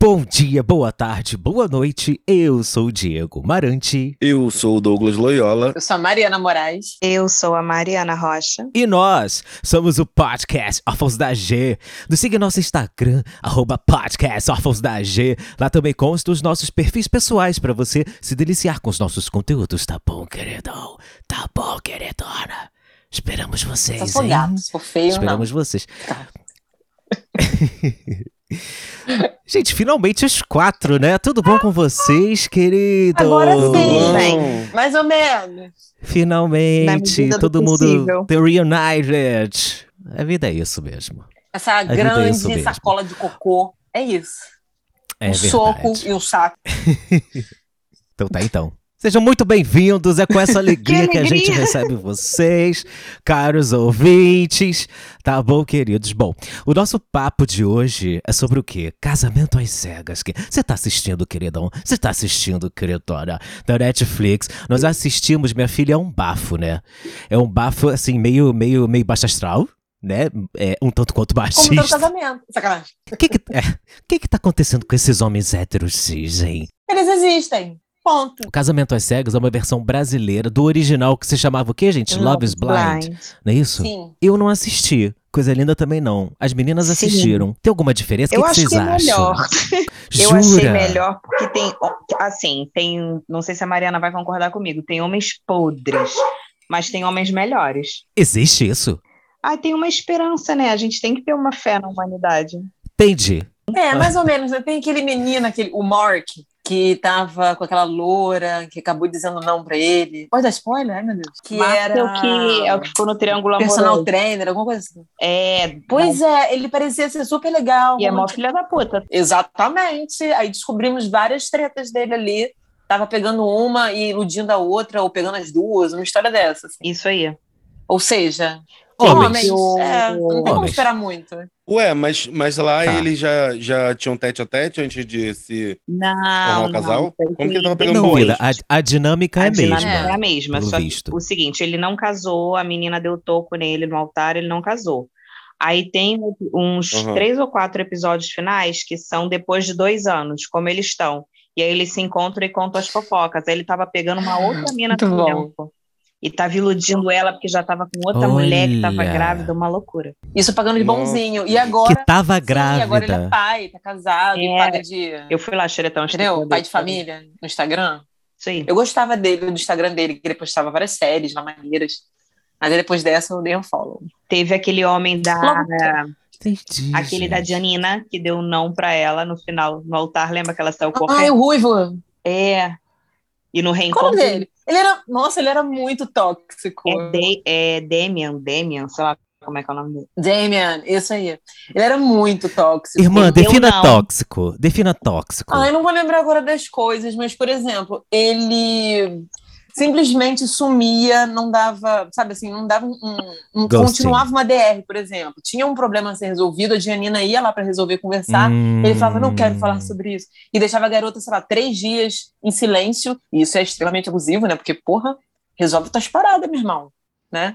Bom dia, boa tarde, boa noite. Eu sou o Diego Marante. Eu sou o Douglas Loyola. Eu sou a Mariana Moraes. Eu sou a Mariana Rocha. E nós somos o Podcast Órfãos da G. Nos siga em nosso Instagram, arroba Podcast Órfãos da G. Lá também constam os nossos perfis pessoais para você se deliciar com os nossos conteúdos, tá bom, queridão? Tá bom, queridona? Esperamos vocês, Só sou hein? gato, se for feio, não. É Esperamos vocês. Gente, finalmente os quatro, né? Tudo bom com vocês, queridos? Agora sim. Bom, Mais ou menos. Na Finalmente, medida do todo mundo possível. The Reunited. A vida é isso mesmo. Essa vida é isso grande mesmo. sacola de cocô. É isso. É um verdade. soco e um saco. Então tá, então. Sejam muito bem-vindos, é com essa alegria que, a alegria! gente recebe vocês, caros ouvintes. Tá bom, queridos? Bom, o nosso papo de hoje é sobre o quê? Casamento às cegas. que- Você tá assistindo, queridão? Você tá assistindo, queridona? Da Netflix. Nós assistimos, minha filha, é um bafo, né? É um bafo, assim, meio, meio, meio baixo astral, né? É, um tanto quanto Como todo baixista. casamento. Sacanagem. O que que, é, que que tá acontecendo com esses homens héteros cis, hein? Eles existem. Ponto. O Casamento às Cegas é uma versão brasileira do original que se chamava o quê, gente? Love is Blind. Não é isso? Sim. Eu não assisti. Coisa linda também não. As meninas Sim. assistiram. Tem alguma diferença? Eu o que, achei vocês acham? melhor. Eu Jura? achei melhor porque tem, assim, tem, não sei se a Mariana vai concordar comigo, tem homens podres, mas tem homens melhores. Existe isso? Ah, tem uma esperança, né? A gente tem que ter uma fé na humanidade. Entendi. É, mais ou menos. né? Tem aquele menino, aquele, o Mark, que tava com aquela loura, que acabou dizendo não pra ele. Pode dar spoiler, ai meu Deus. Que Mas era é o que é o que ficou no triângulo personal amoroso. trainer, alguma coisa assim. É, Pois é, ele parecia ser super legal. e é muito mó filha da puta. Exatamente. Aí descobrimos várias tretas dele ali. Tava pegando uma e iludindo a outra, ou pegando as duas, uma história dessa. assim. Isso aí. Ou seja, Homens. é, não tem como Homens. esperar muito. Ué, mas, mas lá Tá. eles já, já tinham tete a tete antes de se Não, formar um não, casal? isso aí Como que ele tava tem- pegando Não, bolas? vida. A, a dinâmica é A a mesma. dinâmica é a mesma, pelo só que visto. o seguinte, ele não casou, a menina deu toco nele no altar, ele não casou. Aí tem um, uns Uhum. três ou quatro episódios finais que são depois de dois anos, como eles estão. E aí eles se encontram e contam as fofocas. Aí ele tava pegando uma outra mina Ah, Muito no bom. tempo. E tava iludindo ela porque já tava com outra mulher que tava Olha. grávida, uma loucura. Isso pagando de Nossa. bonzinho. E agora. Que tava Sim, agora ele é tá grávida. pai, tá casado, e É. paga de. Eu fui lá, então, xeretão. Entendeu? Pai de família no Instagram. Isso aí. Eu gostava dele, do Instagram dele, que ele postava várias séries lá maneiras. Mas aí depois dessa eu dei um follow. Teve aquele homem da... Louco. Entendi, Aquele da gente. Janina, que deu um não pra ela no final, no altar. Lembra que ela Ah, saiu correndo? Ai, o Ruivo. É. E no Qual o reencontro. nome dele? Ele era, nossa, ele era muito tóxico. É, De, é Demian, Demian, sei lá como é que é o nome dele. Damian, isso aí. Ele era muito tóxico. Irmã, Eu defina não. tóxico. Defina tóxico. Ah, eu não vou lembrar agora das coisas, mas, por exemplo, ele simplesmente sumia, não dava, sabe assim, não dava um. um- um- Ghosting. continuava uma DR, por exemplo. Tinha um problema a ser resolvido, a Dianina ia lá pra resolver conversar. Ele falava, não Hum. quero falar sobre isso. E deixava a garota, sei lá, três dias em silêncio. E isso é extremamente abusivo, né? Porque, porra, resolve tuas paradas, meu irmão, né?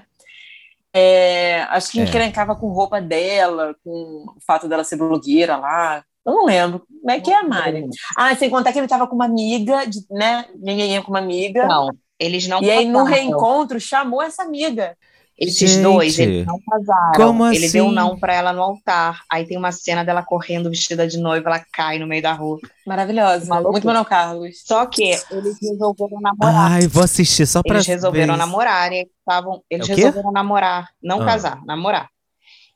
É, acho que É. encrencava com roupa dela, com o fato dela ser blogueira lá. Eu não lembro. Como é que é, Mari? Ah, sem contar que ele tava com uma amiga, de, né? Nhenhenhen com uma amiga. Não, então, eles não e aí, no casaram. reencontro, chamou essa amiga. Esses Gente. dois, eles não casaram. Como Ele assim? deu um não pra ela no altar. Aí tem uma cena dela correndo vestida de noiva, ela cai no meio da rua. Maravilhosa. Uma loucura. Muito Manoel Carlos. Só que eles resolveram namorar. Ai, vou assistir só pra Eles resolveram ver. namorar, e estavam, eles É o quê? resolveram namorar, não Ah. casar, namorar.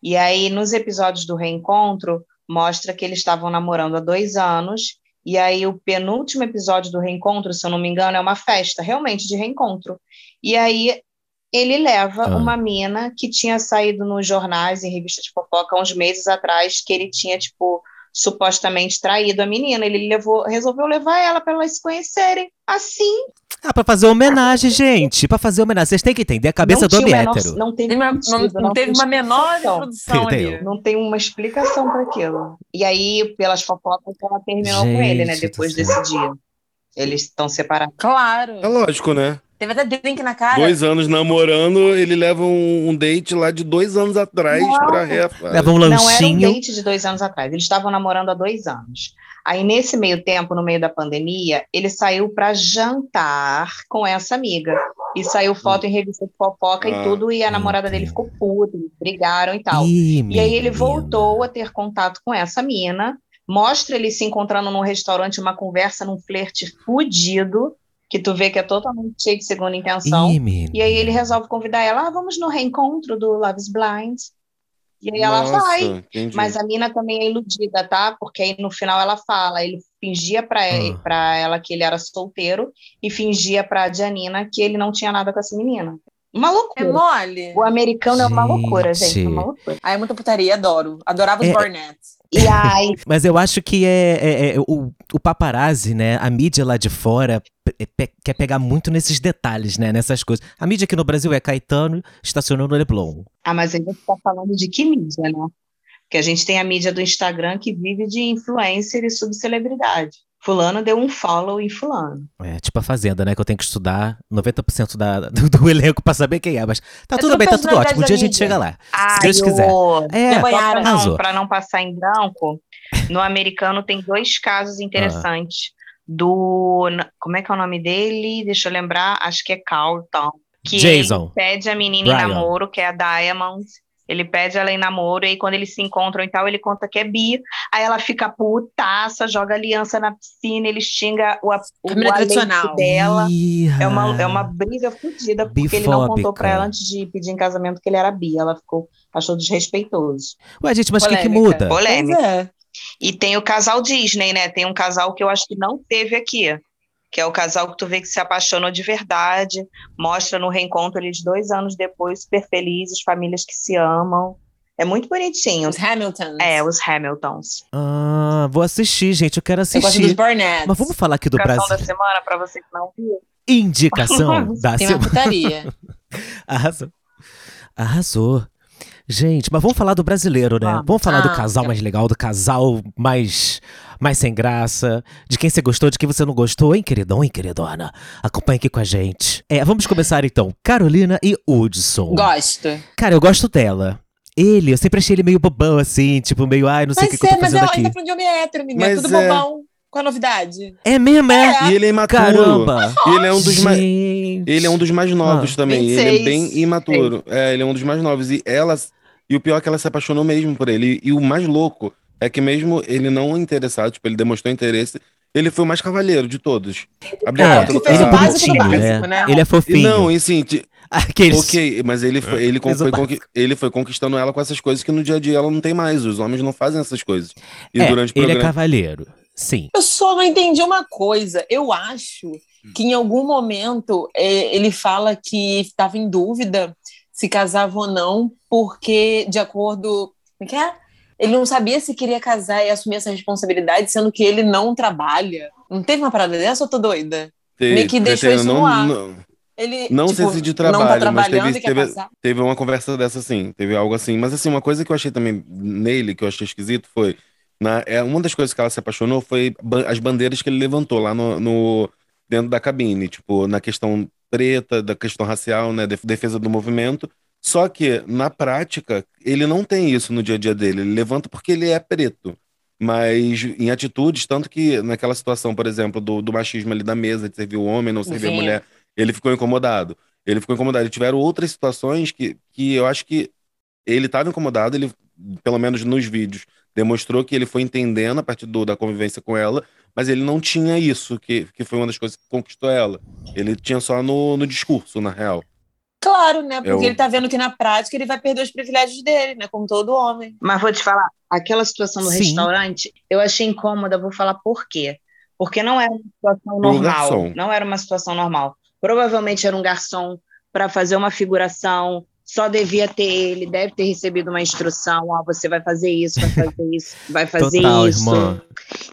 E aí, nos episódios do reencontro, mostra que eles estavam namorando há dois anos, e aí o penúltimo episódio do reencontro, se eu não me engano, é uma festa, realmente, de reencontro. E aí ele leva Ah. uma mina que tinha saído nos jornais, em revistas de fofoca, há uns meses atrás, que ele tinha, tipo, supostamente traído a menina. Ele levou, resolveu levar ela para elas se conhecerem. Assim, Ah, pra fazer homenagem, gente. Pra fazer homenagem. Vocês têm que entender a cabeça não do tinha homem o menor- hétero. não teve, Tem uma- sentido, Não, não teve uma menor explicação. introdução ali. Entendeu? Não tem uma explicação para aquilo. E aí, pelas fofocas, ela terminou com ele, né? Gente do Depois céu. desse dia. Eles estão separados. Claro. É lógico, né? Teve até drink na cara. Dois anos namorando, ele leva um, um date lá de dois anos atrás Não. pra refa. Leva um Não era um lanchinho. date de dois anos atrás. Eles estavam namorando há dois anos. Aí, nesse meio tempo, no meio da pandemia, ele saiu para jantar com essa amiga. E saiu foto Hum. em revista de fofoca Ah, e tudo. E a namorada dele ficou puta, eles brigaram e tal. Ih, E aí ele menina. voltou a ter contato com essa mina, mostra ele se encontrando num restaurante, uma conversa, num flerte fudido, que tu vê que é totalmente cheio de segunda intenção. Ih, menina. E aí ele resolve convidar ela, ah, vamos no reencontro do Love is Blind. um- E aí ela Nossa, vai, entendi. mas a mina também é iludida, tá? Porque aí no final ela fala, ele fingia pra e- Ah. pra ela que ele era solteiro e fingia pra Janina que ele não tinha nada com essa menina. Uma É loucura. mole. O americano é uma loucura, gente, é Gente. uma loucura. Aí é muita putaria, adoro. Adorava os É. Barnett. E aí Mas eu acho que é, é- é o, o paparazzi, né? A mídia lá de fora pe- é, pe- quer pegar muito nesses detalhes, né? Nessas coisas. A mídia aqui no Brasil é Caetano estacionou no Leblon. Ah, mas aí você está falando de que mídia, né? Porque a gente tem a mídia do Instagram que vive de influencer e subcelebridade. Fulano deu um follow em fulano. É, tipo a Fazenda, né? Que eu tenho que estudar 90% da, do, do elenco pra saber quem é. Mas tá tudo tudo bem, tá tudo personalidade ótimo. Um da dia a gente mídia. chega lá. Ah, Deus quiser. É, Minha banhada. Para arrasou. não, pra não passar em branco, no americano tem dois casos interessantes. Do. Como é que é o nome dele? Deixa eu lembrar, acho que é Carlton. Que Jason. ele pede a menina Brian. em namoro, que é a Diamond. Ele pede ela em namoro, e aí quando eles se encontram e tal, ele conta que é bi. Aí ela fica putaça, joga aliança na piscina, ele xinga o, a- o Câmera aleite tradicional. dela. Ih, É uma, é uma briga fodida, porque ele não contou pra Bifóbica. ela antes de pedir em casamento que ele era bi. Ela ficou, achou desrespeitoso. Ué, gente, mas o que, que Polêmica. muda? Polêmica. Pois é. E tem o casal Disney, né? Tem um casal que eu acho que não teve aqui, que é o casal que tu vê que se apaixonou de verdade, mostra no reencontro eles dois anos depois, super felizes, famílias que se amam. É muito bonitinho. Os Hamiltons. É, os Hamiltons. Ah, vou assistir, gente. Eu quero Eu gosto dos assistir. Barnett. Mas vamos falar aqui do Indicação Brasil. da semana, pra você que não viu. assim. Indicação da Tem uma semana. putaria. Arrasou. Arrasou. Gente, mas vamos falar do brasileiro, né? Vamos. Vamos falar do Ah, casal mais legal, do casal mais, mais sem graça, de quem você gostou, de quem você não gostou, hein, queridão, hein, queridona? Acompanhe aqui com a gente. É, vamos começar então. Carolina e Hudson. Gosto. Cara, eu gosto dela. Ele, eu sempre achei ele meio bobão, assim, tipo, meio, ai, não sei o que, Mas que eu é, tô mas fazendo ela aqui. ainda falando de homem hétero, menina. Mas Tudo é. bobão. Qual a novidade? É mesmo, é? E ele é imaturo. Caramba! E ele é um dos mais. Gente. Ele é um dos Ah. mais novos também. Ele é 26. bem imaturo. É, ele é um dos mais novos. E ela. E o pior é que ela se apaixonou mesmo por ele. E o mais louco é que mesmo ele não interessado, tipo, ele demonstrou interesse, ele foi o mais cavalheiro de todos. Abriu É, a Ele porta do fez ele é o carro. básico do bonitinho, básico, né? né? Ele é fofinho. Não, e sim, ti- Aqueles... ok, mas ele foi, ele con- Fez o foi básico. conqui- ele foi conquistando ela com essas coisas que no dia a dia ela não tem mais. Os homens não fazem essas coisas. E É, durante o ele é programa. cavalheiro. Sim. Eu só não entendi uma coisa. Eu acho Hum. que em algum momento é, ele fala que estava em dúvida se casava ou não, porque de acordo. Como é que é? Ele não sabia se queria casar e assumir essa responsabilidade, sendo que ele não trabalha. Não teve uma parada dessa, eu tô doida. Teve- meio que deixou isso no não- ar. não- Ele Não tipo, sei se de não tá trabalho, mas trabalhando teve- e quer teve- casar. Teve uma conversa dessa, assim, teve algo assim. Mas assim, uma coisa que eu achei também nele, que eu achei esquisito, foi. Na, é, uma das coisas que ela se apaixonou foi ba- as bandeiras que ele levantou lá no, no- dentro da cabine, tipo, na questão preta, da questão racial, né? def- Defesa do movimento. Só que, na prática, ele não tem isso no dia a dia dele. Ele levanta porque ele é preto. Mas em atitudes, tanto que naquela situação, por exemplo, do, do machismo ali da mesa, de servir o homem, não servir a Sim. mulher, ele ficou incomodado. Ele ficou incomodado. E tiveram outras situações que, que eu acho que ele estava incomodado, ele, pelo menos nos vídeos, demonstrou que ele foi entendendo a partir do- da convivência com ela, mas ele não tinha isso, que, que foi uma das coisas que conquistou ela. Ele tinha só no, no discurso, na real. Claro, né? Porque Eu- ele tá vendo que na prática ele vai perder os privilégios dele, né? Como todo homem. Mas vou te falar, aquela situação do Sim. restaurante, eu achei incômoda, vou falar por quê. Porque não era uma situação Pro normal. garçom. Não era uma situação normal. Provavelmente era um garçom para fazer uma figuração, só devia ter ele, deve ter recebido uma instrução, ó, você vai fazer isso, vai fazer isso, vai fazer Total, isso. irmã.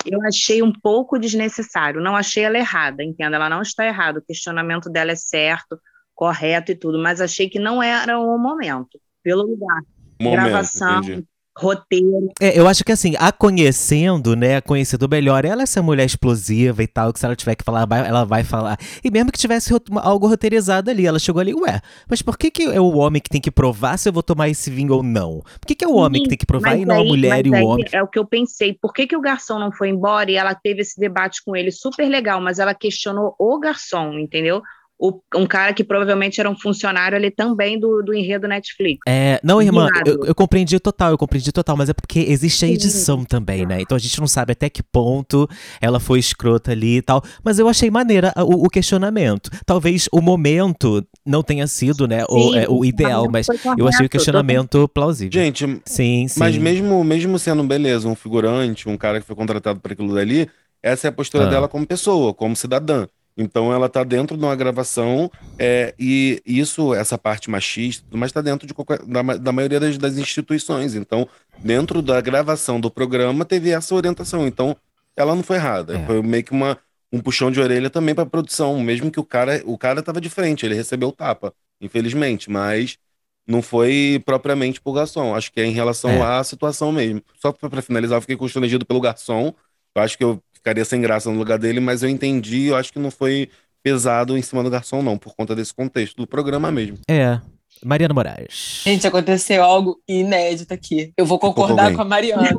Eu achei um pouco desnecessário, não achei ela errada, entenda, ela não está errada, o questionamento dela é certo, correto e tudo, mas achei que não era o momento, pelo lugar, Momento, Gravação. entendi. roteiro, É, eu acho que assim, a conhecendo, né, conhecendo melhor, ela é essa mulher explosiva e tal, que se ela tiver que falar, vai- ela vai falar. E mesmo que tivesse rot- algo roteirizado ali, ela chegou ali, ué, mas por que, que é o homem que tem que provar se eu vou tomar esse vinho ou não? Por que, que é o homem que Sim, tem que provar mas e não a aí- mulher mas e aí o homem? É o que eu pensei. Por que, que o garçom não foi embora e ela teve esse debate com ele super legal, mas ela questionou o garçom, entendeu? O- um cara que provavelmente era um funcionário ali também do, do enredo Netflix. É, não, irmã, Irado. eu, eu compreendi total, eu compreendi total, mas é porque existe a Sim. edição também, né? Então a gente não sabe até que ponto ela foi escrota ali e tal. Mas eu achei maneira a- o, o questionamento. Talvez o momento não tenha sido, né, o, Sim, um é, o ideal, mas foi eu achei o correto, questionamento plausível. Gente, sim, sim. mas mesmo, mesmo sendo, beleza, um figurante, um cara que foi contratado para aquilo dali, essa é a postura Ah. dela como pessoa, como cidadã. Então ela tá dentro de uma gravação é, e isso, essa parte machista, tudo mais tá dentro de qualquer- da, ma- da maioria das, das instituições. Então, dentro da gravação do programa, teve essa orientação. Então, ela não foi errada. É. Foi meio que uma, um puxão de orelha também para a produção, mesmo que o cara, o cara tava de frente, ele recebeu o tapa, infelizmente, mas não foi propriamente pro garçom. Acho que é em relação É. à situação mesmo. Só para finalizar, eu fiquei constrangido pelo garçom. Eu acho que eu ficaria sem graça no lugar dele, mas eu entendi, eu acho que não foi pesado em cima do garçom, não, por conta desse contexto do programa mesmo. É. Mariana Moraes. Gente, aconteceu algo inédito aqui. Eu vou concordar alguém. com a Mariana.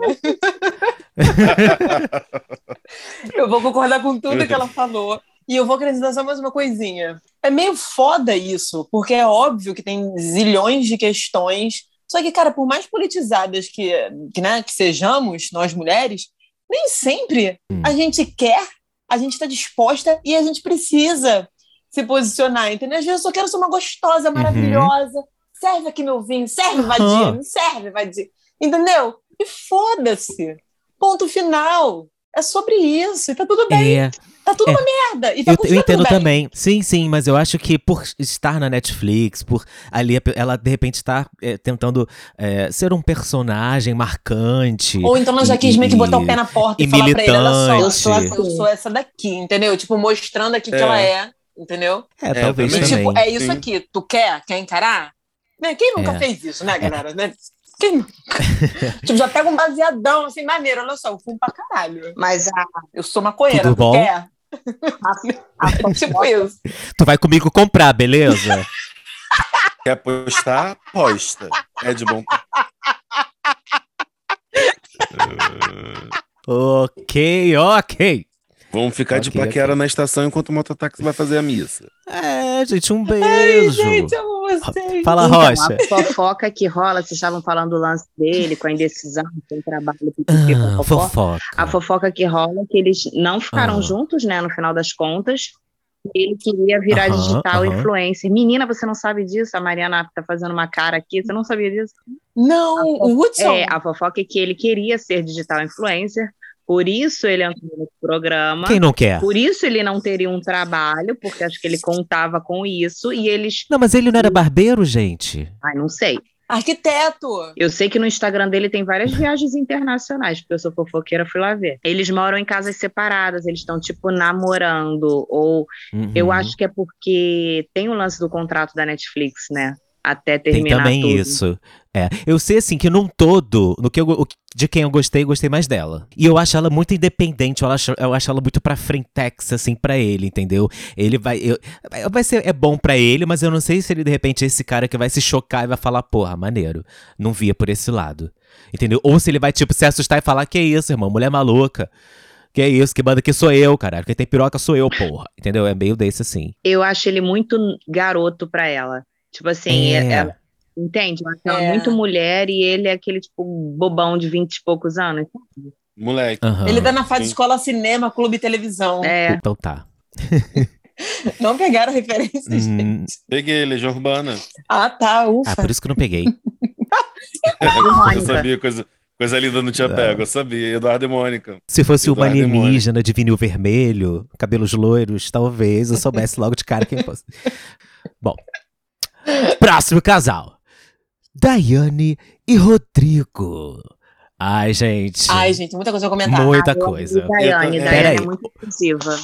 eu vou concordar com tudo que ela falou. E eu vou acrescentar só mais uma coisinha. É meio foda isso, porque é óbvio que tem zilhões de questões. Só que, cara, por mais politizadas que, que, né, que sejamos, nós mulheres, nem sempre Hum. a gente quer, a gente está disposta e a gente precisa se posicionar, entendeu? Às vezes eu só quero ser uma gostosa, maravilhosa, serve aqui meu vinho, serve, vadia, Aham. me serve, vadia. Entendeu? E foda-se. Ponto final. É sobre isso. E tá tudo bem. É, Tá tudo é. uma merda. E tá eu, tudo eu entendo bem. também. Sim, sim, mas eu acho que por estar na Netflix, por ali ela de repente estar é, tentando é, ser um personagem marcante. Ou então ela já E- quis meio que e- botar o pé na porta e, e falar pra ele, olha só, eu militante. sou, essa, eu sou essa daqui, entendeu? Tipo, mostrando aqui que É. ela é, entendeu? É, talvez E também. também. tipo, é isso Sim. aqui, tu quer? Quer encarar? Né? Quem nunca É. fez isso, né, galera? Né? Quem nunca? tipo, já pega um baseadão, assim, maneiro, olha só, eu fumo pra caralho. Mas a, Eu sou maconheira, Tudo tu bom? quer? a é tipo isso. Tu vai comigo comprar, beleza? Quer apostar? Aposta. É de bom. ok, ok. Vamos ficar de Ok, ok. paquera na estação enquanto o mototáxi vai fazer a missa. É, gente, um beijo. Gente, eu amo vocês. Fala, Então, Rocha. a fofoca que rola, vocês estavam falando do lance dele, com a indecisão, com o trabalho, com Ah, o fofoca. fofoca. A fofoca que rola é que eles não ficaram Aham. juntos, né, no final das contas. Ele queria virar Aham, digital aham. influencer. Menina, você não sabe disso? A Mariana tá fazendo uma cara aqui. Você não sabia disso? Não, o Hudson. É, a fofoca é que ele queria ser digital influencer. Por isso ele entrou no programa. Quem não quer? Por isso ele não teria um trabalho, porque acho que ele contava com isso. E eles. Não, mas ele não era barbeiro, gente? Ai, não sei. Arquiteto. Eu sei que no Instagram dele tem várias viagens internacionais, porque eu sou fofoqueira, fui lá ver. Eles moram em casas separadas, eles estão, tipo, namorando. Ou Uhum. eu acho que é porque tem o lance do contrato da Netflix, né? Até Tem terminar também tudo. isso. É. Eu sei, assim, que num todo, no que eu- o que- de quem eu gostei, eu gostei mais dela. E eu acho ela muito independente, eu acho, eu acho ela muito pra frentex, assim, pra ele, entendeu? Ele vai. eu- vai ser, é bom pra ele, mas eu não sei se ele, de repente, é esse cara que vai se chocar e vai falar, porra, maneiro. Não via por esse lado. Entendeu? Ou se ele vai, tipo, se assustar e falar, que isso, irmão, mulher maluca. Que isso, que banda que sou eu, caralho. Quem tem piroca sou eu, porra. Entendeu? É meio desse assim. Eu acho ele muito garoto pra ela. Tipo assim, É. ela, entende? Eu acho ela É. muito mulher e ele é aquele, tipo, bobão de 20 e poucos anos. Moleque. Aham. Ele tá na fase sim. escola cinema, clube e televisão. É. Então tá. Não pegaram a referência, Hum. gente. Peguei, Legião Urbana. Ah, tá, ufa. Ah, por isso que eu não peguei. Mônica. eu sabia, coisa, coisa linda não É. tinha pego, eu sabia. Eduardo e Mônica. Se fosse uma Eduardo e Mônica. alienígena de vinil vermelho, cabelos loiros, talvez eu soubesse logo de cara quem fosse. Bom, próximo casal. Daiane e Rodrigo. Ai, gente. Ai, gente, é muita coisa a comentar. muita Eu coisa. amo a Daiane, Eu tô- Daiane Peraí. é muito inclusiva.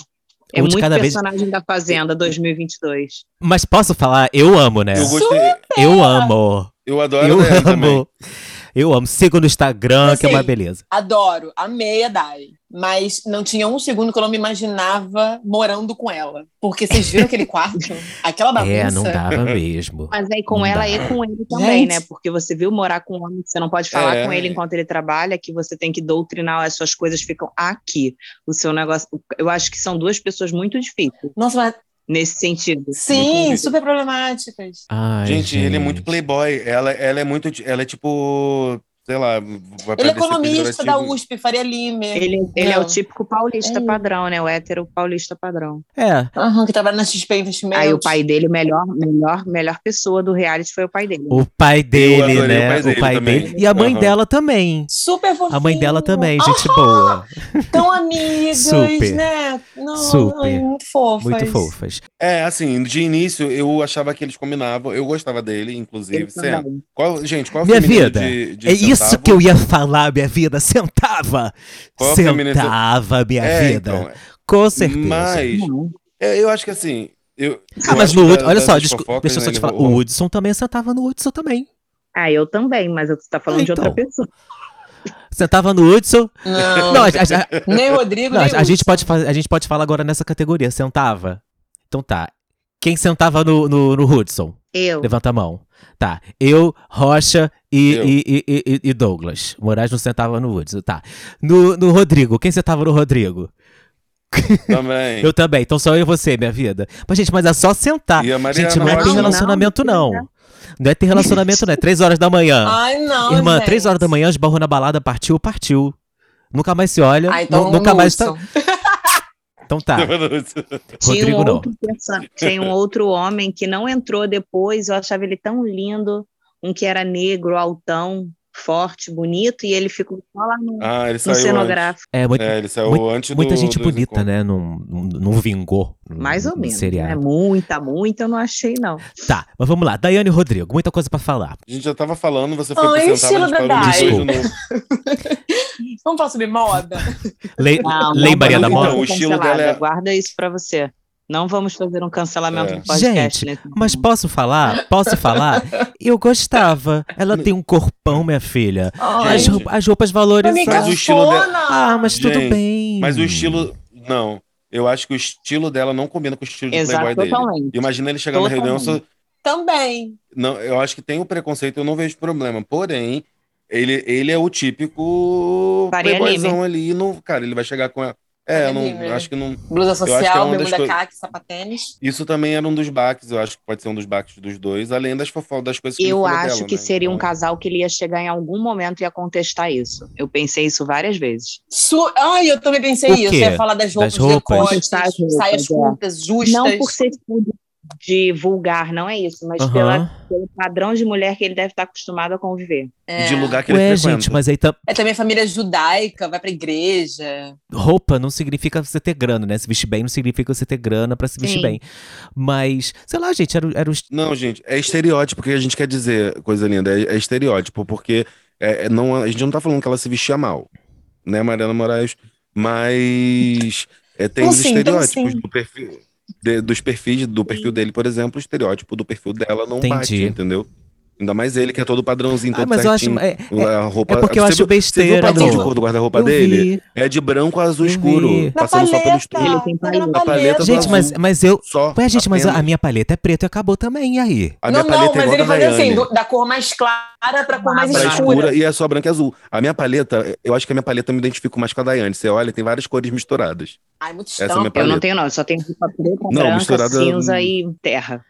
É Um de muito cada vez- personagem da Fazenda 2022. Mas posso falar? Eu amo, né? Eu gostei. Eu amo. Eu adoro Eu ela também. amo. Eu amo. Siga no Instagram, que é uma Assim, beleza. Adoro, amei a Dai. Mas não tinha um segundo que eu não me imaginava morando com ela. Porque vocês viram aquele quarto? Aquela bagunça. É, não dava mesmo. Mas aí com Não ela dá. e com ele também, Gente. né? Porque você viu morar com um homem, você não pode falar É. com ele enquanto ele trabalha, que você tem que doutrinar, as suas coisas ficam aqui. O seu negócio. Eu acho que são duas pessoas muito difíceis Nossa, mas nesse sentido. sim, Inclusive. super problemáticas. Ai, Gente, ele é muito playboy. Ela, ela é muito. Ela é tipo. Sei lá. vai Ele é parecer economista da pejorativo. USP, Faria Lima. Ele, ele é Não. o típico paulista É. padrão, né? O hétero paulista padrão. É. Aham, que trabalha na XP Investimentos. Aí o pai dele, o melhor, melhor, melhor pessoa do reality foi o pai dele. O pai dele, adorei né? o pai O dele pai também. dele. E a mãe Aham. dela também. Super fofinho. A mãe dela também, gente boa. Tão amigas, Super. né? Não, Super. ai, muito fofas. Muito fofas. É, assim, de início eu achava que eles combinavam. Eu gostava dele, inclusive. Ele é Sempre. também. Qual, gente, qual Minha feminino vida, de, de É isso centavo? que eu ia falar, minha vida. Sentava. Qual é a feminina- Sentava, minha É, vida. então, Com certeza. Mas Não. é, eu acho que assim. Eu, Ah, eu mas acho no que Hudson, da- olha só, dessas desculpa, fofocas, deixa eu só né, te falar. o- O Hudson também sentava no Hudson também. Ah, eu também, mas você tá falando de outra Então. pessoa. Sentava no Hudson. Não, Não, a, a- é a- nem Rodrigo, não, a- nem a gente pode, fa- a gente pode falar agora nessa categoria. Sentava. Então tá. Quem sentava no, no, no Hudson? Eu. Levanta a mão. Tá. Eu, Rocha e, Eu. e- e- e- e- e Douglas. O Moraes não sentava no Woods. Tá. No, no Rodrigo. Quem sentava no Rodrigo? Também. Eu também. Então só eu e você, minha vida. Mas, gente, mas é só sentar. E a Mariana Gente, não é Rocha? ter Não, relacionamento, não. não. Não, é ter relacionamento, não. É três horas da manhã. Ai, Oh, não, Irmã, gente. três horas da manhã, esbarrou na balada, partiu, partiu. Nunca mais se olha. Ah, então nu- vamos nunca no mais tá. Hudson. Então tá. Tinha Rodrigo um não. outro perso- Tem um outro homem que não entrou depois, eu achava ele tão lindo, um que era negro, altão, forte, bonito, e ele ficou só lá no, no Ah, ele saiu. antes. cenográfico. É, muito, É, ele saiu Muito- antes do. muita gente dos bonita, encontros. né? Não, não, não vingou. no- Mais ou no menos. seriado. Né? Muita, muita, eu não achei, não. Tá, mas vamos lá. Daiane e Rodrigo, muita coisa pra falar. A gente já tava falando, você foi Ai, é pro o centavo, a estilo gente da parou nos Dai. dois de novo. Vamos falar sobre moda? Lei, Não, lei não Maria da vamos então, fazer Moda? o estilo cancelada, dela é- Guarda isso pra você. Não vamos fazer um cancelamento É. do podcast. Gente, nesse Mas momento. posso falar? Posso falar? Eu gostava. Ela tem um corpão, minha filha. Ai, As, Gente. roupa- as roupas Mas valorizadas. o estilo dela- Ah, mas tudo Gente, bem. Mas o estilo. Não. Eu acho que o estilo dela não combina com o estilo de Exato, playboy dele. totalmente. Imagina ele chegar na reunião. Só... Totalmente. Também. Não, eu acho que tem o preconceito, eu não vejo problema. Porém, ele, ele é o típico Faria playboyzão ali. e Não, cara, ele vai chegar com a. É, Faria eu Lima, né? não, acho que não. Blusa que é social, uma das bermuda coi- caque, sapatênis. Isso também era um dos baques, eu acho que pode ser um dos baques dos dois, além das fofocas, das coisas que ele Eu falou acho dela, que né? seria um Então, casal que ele ia chegar em algum momento e ia contestar isso. Eu pensei isso várias vezes. Su... Ai, eu também pensei O isso. quê? Eu ia falar das roupas, Das roupas? decotes, Das roupas, saias é. curtas, justas. Não por ser tipo de vulgar, não é isso, mas Aham. pela- pelo padrão de mulher que ele deve estar acostumado a conviver. É. De lugar que Ué, ele frequenta. gente, mas aí tá... É também família judaica, vai pra igreja. roupa não significa você ter grana, né? Se vestir bem não significa você ter grana pra se vestir Sim. bem. Mas, sei lá, gente, era, o- era o est- Não, gente, é estereótipo que a gente quer dizer, coisa linda. É, é estereótipo, porque é, é, não, a gente não tá falando que ela se vestia mal, né, Mariana Moraes? Mas é, tem Então os sim, então estereótipos sim. do perfil, de- dos perfis, do perfil dele, por exemplo, o estereótipo do perfil dela não bate, Entendi. entendeu? Ainda mais ele, que é todo padrãozinho, todo Ah, mas eu acho. certinho. É, é- a roupa, é porque eu você acho viu- Você viu o besteira. padrão de Dudu. cor do guarda-roupa Eu dele? vi. É de branco a azul Eu escuro, vi. Tá Na passando só pelo paleta. estúdio. Ele tem Pega na paleta. Todo Gente, mas, azul. mas eu. Só. Ué, gente, mas a- a Tá apenas. minha paleta é preta e acabou também, e aí? A minha não, não, paleta é mas igual ele da fazia assim, Daiane. Ah, do- da cor mais clara pra cor mais Pra Pra escura. escura e é só branca e azul. A minha paleta, eu acho que a minha paleta eu me identifico mais com a Daiane. Você olha, tem várias cores misturadas. Ai, muito Essa é a minha estampa. Eu paleta. não tenho, não, eu só tenho roupa preta, branca, misturada- cinza e terra.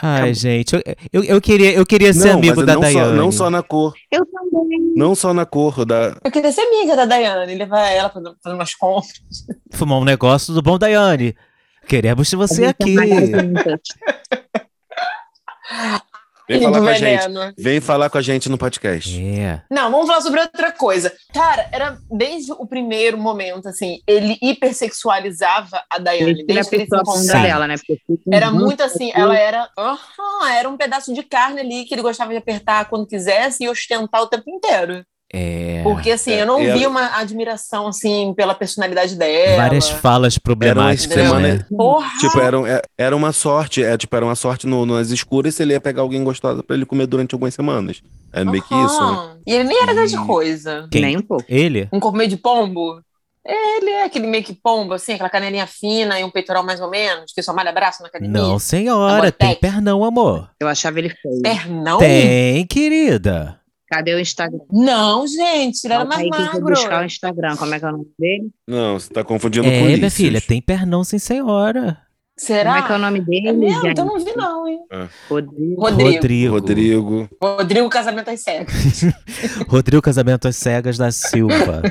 Ai, Acabou. gente, eu, eu, eu queria, eu queria ser é amigo mas da não Daiane. Só, não só na cor. Eu também. Não só na cor da. Eu queria ser amiga da Dayane, levar ela pra fazer umas compras. Fumar um negócio do bom, Daiane. Queremos você é A gente aqui. trabalha juntas. Vem E falar do com a gente. veneno. Vem falar com a gente no podcast. É. Não, vamos falar sobre outra coisa. Cara, era desde o primeiro momento, assim, ele hipersexualizava a Daiane. Ele tira a Desde que eles se pessoa Uhum. encontraram. contra dela, né? Porque fica Era injusto. muito assim, ela era. Aham, era um pedaço de carne ali que ele gostava de apertar quando quisesse e ostentar o tempo inteiro. É. Porque assim, É, eu não e vi ela- uma admiração assim pela personalidade dela. Várias falas Era uma problemáticas, semana. né? Porra! Tipo, era, um- é- era uma sorte, é, tipo, era uma sorte no, nas escuras se ele ia pegar alguém gostosa pra ele comer durante algumas semanas. É meio que isso, né? aham. E ele nem era grande coisa. Quem? Nem um pouco. Ele? Um corpo meio de pombo. É, Ele é aquele meio que pombo, assim, aquela canelinha fina e um peitoral mais ou menos, que só malha braço na academia. Não, senhora, Amor, tem tem. pernão, amor. Eu achava ele feio. Pernão? Tem, querida. Cadê o Instagram? Não, gente, ele era mais Aí tem que magro. buscar o Instagram. Como é que é o nome dele? Não, você tá confundindo com É, minha Ulisses. filha, tem pernão sim, senhora. Será? Como é que é o nome dele? É mesmo? gente? Então não vi, não, hein? Rodrigo. Rodrigo. Rodrigo. Rodrigo, Rodrigo. Rodrigo Casamento às Cegas. Casamento às Cegas da Silva.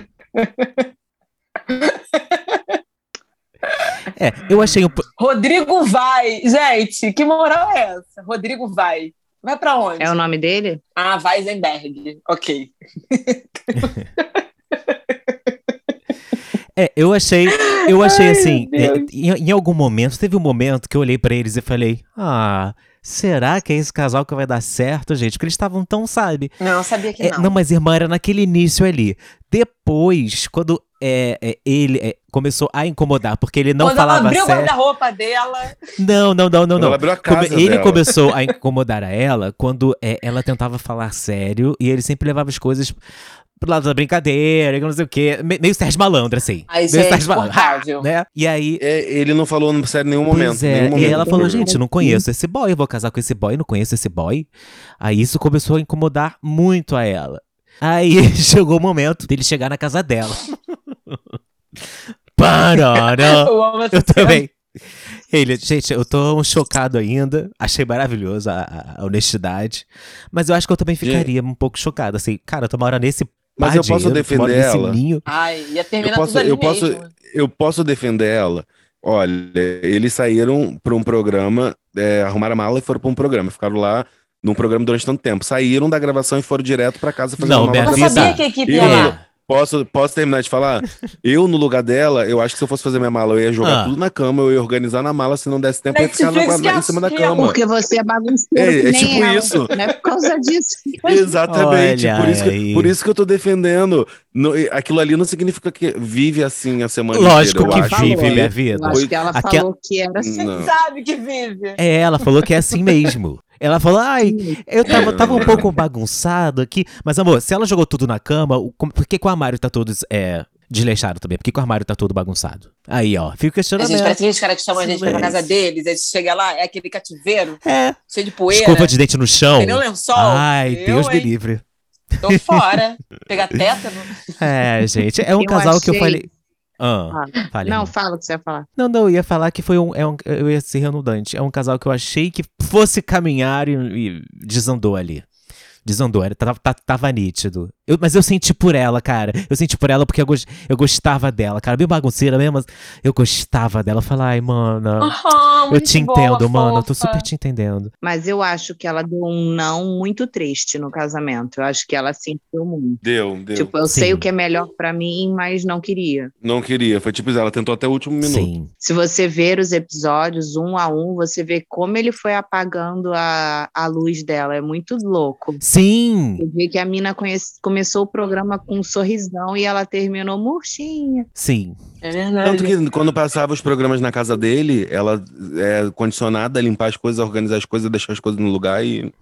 é, eu achei um. po- Rodrigo vai. Gente, que moral é essa? Rodrigo vai. Vai pra onde? É o nome dele? Ah, Weisenberg. Ok. É, eu achei, eu achei Ai, assim, meu Deus. é, em, em algum momento, teve um momento que eu olhei pra eles e falei, ah, será que é esse casal que vai dar certo, gente? Porque eles estavam tão, sabe? Não, sabia que É, não. não, mas irmã, era naquele início ali. Depois, quando é, é, ele é, começou a incomodar, porque ele não Quando ela falava abriu o sério. guarda-roupa dela, Não, não, não, não, Quando não. Ela abriu a Come- casa ele dela. começou a incomodar a ela quando é, ela tentava falar sério e ele sempre levava as coisas pro lado da brincadeira, que não sei o quê. Me- meio Sérgio Malandro, assim. Ai, meio gente, Sérgio insuportável. né? E aí. É, ele não falou no sério em nenhum pois momento. é, nenhum e momento ela do falou, programa. gente, eu não conheço esse boy, eu vou casar com esse boy, não conheço esse boy. Aí isso começou a incomodar muito a ela. Aí chegou o momento dele chegar na casa dela. Parará. eu amo essa Eu cena. também. Ele, gente, eu tô um chocado ainda. Achei maravilhoso a, a- a honestidade. Mas eu acho que eu também ficaria um pouco chocado. Assim, cara, tomara nesse. Mas par eu de posso ano, defender tomara nesse ela? ninho. Ai, ia terminar Eu posso- tudo ali eu posso- é mesmo. Eu posso defender ela. Olha, eles saíram pra um programa, é, arrumaram a mala e foram pra um programa. Ficaram lá num programa durante tanto tempo. Saíram da gravação e foram direto pra casa fazer Não, uma minha mala. Eu vida. sabia que a equipe É, ia Eu- lá. Posso, posso terminar de falar? eu, no lugar dela, eu acho que se eu fosse fazer minha mala, eu ia jogar Ah. tudo na cama, eu ia organizar na mala, se não desse tempo, eu ia ficar Netflix na, na- que em cima da é- que é cama. Porque você é bagunceiro É, que é nem tipo ela. isso. Não é por causa disso. Exatamente. Olha por, isso aí. que, por isso que eu tô defendendo. No- aquilo ali não significa que vive assim a semana Lógico inteira. eu que acho. vive, né? Falou. minha Eu vida. acho que ela É Aquela- falou que era assim. Você Não. sabe que vive. É, ela falou que é assim mesmo. Ela falou, ai, eu tava, É. tava um pouco bagunçado aqui. Mas, amor, se ela jogou tudo na cama, o- com- por que, que o armário tá todo é, desleixado também? Por que, que o armário tá todo bagunçado? Aí, ó, fica o A questionamento. gente parece que os caras que chamam a gente pra ir pra Silêncio. casa deles, a gente chega lá, é aquele cativeiro É, cheio de poeira, escova de dente no chão. tem nem lençol. Ai, Eu, Deus me hein? livre. Tô fora. Pegar tétano. É, gente, é um Eu casal que eu achei- falei. Ah, Ah, fale, Não, irmão. fala o que você ia falar. não, não, eu ia falar que foi um, é um- Eu ia ser redundante. É um casal que eu achei que fosse caminhar e, e desandou ali. Desandou, era, tava, tá- tava nítido. Eu- mas eu senti por ela, cara. Eu senti por ela porque eu, gos- eu gostava dela, cara. Bem bagunceira mesmo, mas eu gostava dela. Eu falei, ai, Ah, mana. Aham, eu te muito boa, entendo, mano. Eu tô fofa. super te entendendo. Mas eu acho que ela deu um não muito triste no casamento. Eu acho que ela sentiu muito. Deu, deu. Tipo, eu Sim. sei o que é melhor pra mim, mas não queria. Não queria. Foi tipo, isso, ela tentou até o último minuto. Sim. Se você ver os episódios um a um, você vê como ele foi apagando a, a luz dela. É muito louco. Sim! Eu vi que a mina conhece- começou o programa com um sorrisão e ela terminou murchinha. Sim. É verdade. Tanto que quando passava os programas na casa dele, ela é condicionada a limpar as coisas, a organizar as coisas, deixar as coisas no lugar e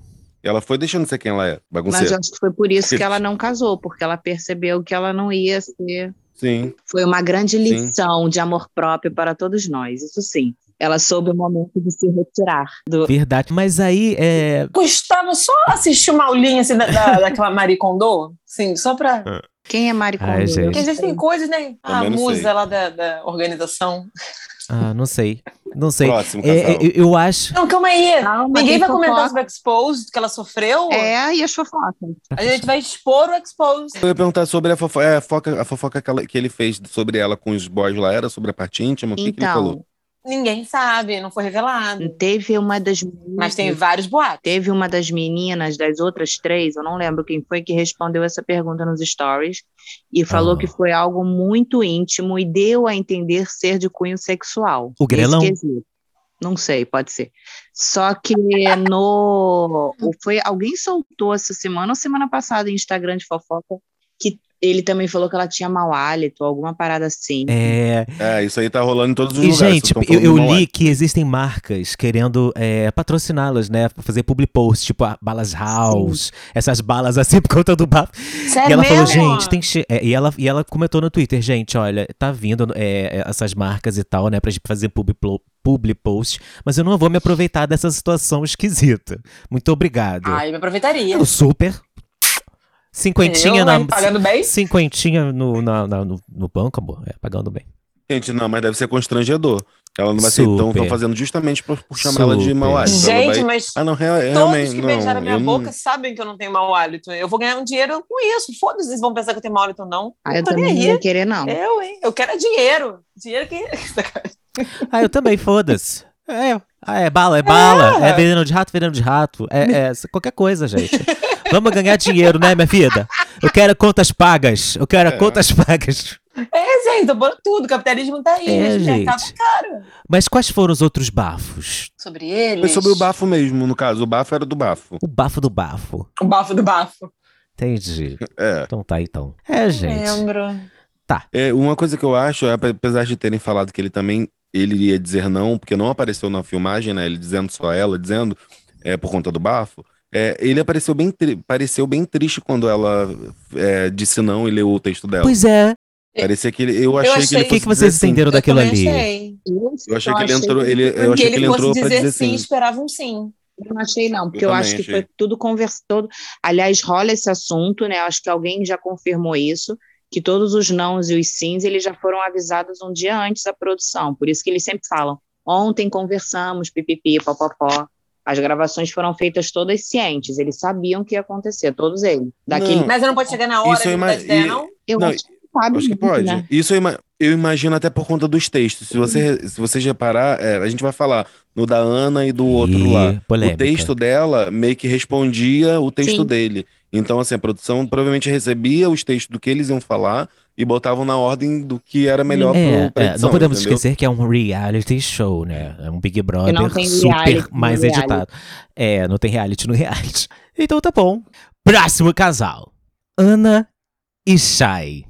ela foi deixando ser quem ela é, Mas eu bagunceira. acho que foi por isso Sim. que ela não casou, porque ela percebeu que ela não ia ser. Sim. Foi uma grande Sim. lição de amor próprio para todos nós, isso sim. Ela soube o momento de se retirar do. Verdade. Mas aí, é. Custava só assistir uma aulinha assim, da, da- daquela Marie Kondo, sim, só pra. Quem é Mari Ai, Kondo? gente. Porque às vezes tem coisas, né? A Também não musa sei. lá da, da organização. Ah, não sei. Não sei. Próximo casal. É, eu, eu acho. Não, calma aí. Calma, Ninguém tem vai fofoca. comentar sobre o expose que ela sofreu. É, e as fofocas. A gente vai expor o expose. Eu ia perguntar sobre a fofoca, é, a fofoca, a fofoca que, ela- que ele fez sobre ela com os boys lá, era sobre a parte íntima? O que, que ele falou? Então, Ninguém sabe, não foi revelado. Teve uma das Mas tem vários boatos. Teve uma das meninas, das outras três, eu não lembro quem foi, que respondeu essa pergunta nos stories e falou Ah. que foi algo muito íntimo e deu a entender ser de cunho sexual. O grelão? Esse quesito. Não sei, pode ser. Só que no. ou Foi, alguém soltou essa semana ou semana passada em Instagram de fofoca que ele também falou que ela tinha mau hálito, alguma parada assim. É, É, isso aí tá rolando em todos os E, lugares. gente, vocês tão é. eu, eu falando mal. li que existem marcas querendo é, patrociná-las, né? Fazer public post, tipo a Balas House, essas balas assim por conta do bafo. Sério e ela É mesmo? falou, gente, tem che... é, e, ela, e ela comentou no Twitter, gente, olha, tá vindo é, essas marcas e tal, né, pra gente fazer public, plo- public post, mas eu não vou me aproveitar dessa situação esquisita. Muito obrigado. Ai, me aproveitaria. eu super. Cinquentinha Eu, na. hein, pagando bem? Cinquentinha no, na- na- no, no banco, amor. É, pagando bem. Gente, não, mas deve ser constrangedor. Ela não vai ser. Então, Super. estão fazendo justamente por, por chamar ela de Super. mau hálito. Ela Gente, vai- mas Ah, não, real- todos realmente. que não, beijaram minha eu não- boca sabem que eu não tenho mau hálito. Eu vou ganhar um dinheiro com isso. Foda-se, eles vão pensar que eu tenho mau hálito ou não. Ah, eu não tô também nem não aí. ia querer, não. Eu, hein? Eu quero é dinheiro. Dinheiro que. Ah, eu também, foda-se. É, ah, é bala, é bala. É veneno de rato, veneno de rato. É, é qualquer coisa, gente. Vamos ganhar dinheiro, né, minha vida? Eu quero contas pagas. Eu quero É. contas pagas. É, gente, tô pondo tudo. O capitalismo tá aí. É, gente. O mercado gente. é caro. Mas quais foram os outros bafos? Sobre eles. Foi sobre o bafo mesmo, no caso. O bafo era do bafo. O bafo do bafo. O bafo do bafo. Entendi. É. Então tá, então. É, gente. Lembro. É, Uma coisa que eu acho, é, apesar de terem falado que ele também ele ia dizer não, porque não apareceu na filmagem, né? Ele dizendo só ela, dizendo é, por conta do bafo. é, ele apareceu bem, tri- pareceu bem triste quando ela é, disse não e leu o texto dela. Pois é. Parecia que ele, eu achei que achei- ele O que, que fosse dizer vocês assim. entenderam daquilo eu também ali? achei. Eu achei que ele entrou, ele, eu Porque achei que ele ele fosse entrou pra dizer dizer sim, sim. esperava um sim. Eu não achei, não, porque Eu eu, também acho que achei. foi tudo conversado. Todo... Aliás, rola esse assunto, né? Acho que alguém já confirmou isso, que todos os nãos e os sims eles já foram avisados um dia antes da produção. Por isso que eles sempre falam: ontem conversamos, pipipi, popopó. As gravações foram feitas todas cientes, eles sabiam o que ia acontecer, todos eles. Daquele, Não, Mas eu não pode chegar na hora Isso eu e mudar de imag- ideia, e- não? eu não, acho que sabe. Acho que muito, pode. né? Isso eu, ima- eu imagino até por conta dos textos. Se você, se vocês reparar, é, a gente vai falar no da Ana e do outro Ih, lá. polêmica. O texto dela meio que respondia o texto Sim. dele. Então, assim, a produção provavelmente recebia os textos do que eles iam falar e botavam na ordem do que era melhor É, pro, pra é, edição, não podemos entendeu? esquecer que é um reality show, né? É um Big Brother não tem super reality no mais reality. editado. É, não tem reality no reality. Então tá bom. Próximo casal: Ana e Shai.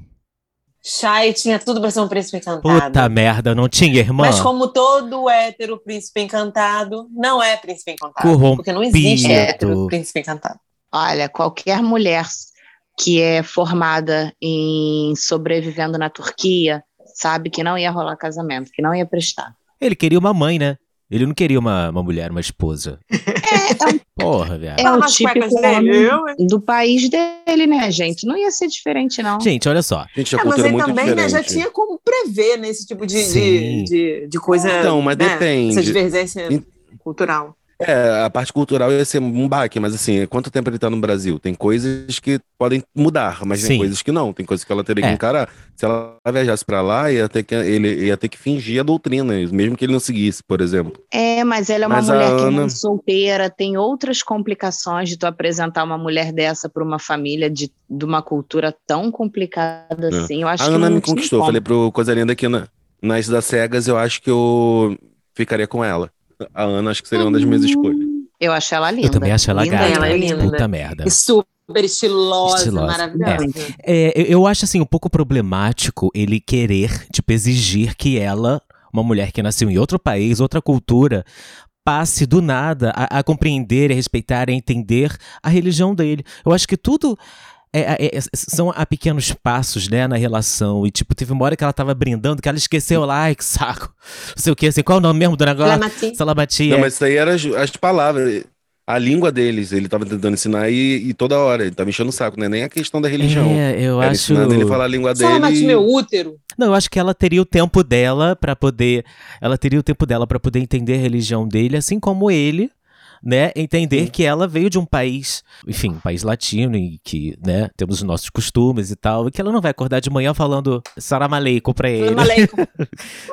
Shai tinha tudo pra ser um príncipe encantado. Puta merda, não tinha irmã? Mas como todo hétero príncipe encantado, não é príncipe encantado. Corrompido. Porque não existe hétero príncipe encantado. Olha, qualquer mulher que é formada em sobrevivendo na Turquia sabe que não ia rolar casamento, que não ia prestar. Ele queria uma mãe, né? Ele não queria uma, uma mulher, uma esposa. Porra, velho. um É o Mas típico cuecas dele, homem eu, hein? do país dele, né, gente? Não ia ser diferente, não. Gente, olha só. Gente, a É, mas cultura é ele muito também né, diferente. já tinha como prever nesse tipo de, Sim. de, de, de coisa. Então, mas né, Essa depende. divergência Ent- cultural. É, a parte cultural ia ser um baque, mas assim, quanto tempo ele tá no Brasil? Tem coisas que podem mudar, mas Sim. tem coisas que não. Tem coisas que ela teria que É. encarar. Se ela viajasse pra lá, ia ter que, ele ia ter que fingir a doutrina, mesmo que ele não seguisse, por exemplo. É, mas ela é uma Mas a mulher que não Ana- é solteira, tem outras complicações de tu apresentar uma mulher dessa para uma família de, de uma cultura tão complicada É. assim. Eu acho a que Ana não me tinha conquistou. como. Falei pro Coisa Linda que na, nas das cegas eu acho que eu ficaria com ela. A Ana acho que seria uma das minhas Hum. escolhas. Eu acho ela linda. Eu também acho ela Linda, gata. ela é linda. Puta merda. E super estilosa, Estilosa. maravilhosa. É, eu, eu acho assim um pouco problemático ele querer, tipo, exigir que ela, uma mulher que nasceu em outro país, outra cultura, passe do nada a, a compreender, a respeitar, a entender a religião dele. Eu acho que tudo é- é- é- são a pequenos passos, né, na relação. E, tipo, teve uma hora que ela tava brindando, que ela esqueceu lá, ai, que saco. Não sei o que, assim, qual é o nome mesmo do negócio? Ela- Salabatia. Não, mas isso aí eram as, as palavras. A língua deles, ele tava tentando ensinar e, e toda hora, ele tava enchendo o saco, não é nem a questão da religião. É, eu Era acho. ensinando ele a falar a língua Só dele. mate e- meu útero. Não, eu acho que ela teria o tempo dela pra poder, ela teria o tempo dela para poder entender a religião dele, assim como ele né, entender que ela veio de um país, enfim, um país latino e que, né, temos os nossos costumes e tal, e que ela não vai acordar de manhã falando Saramaleico pra É. ele. Maleico,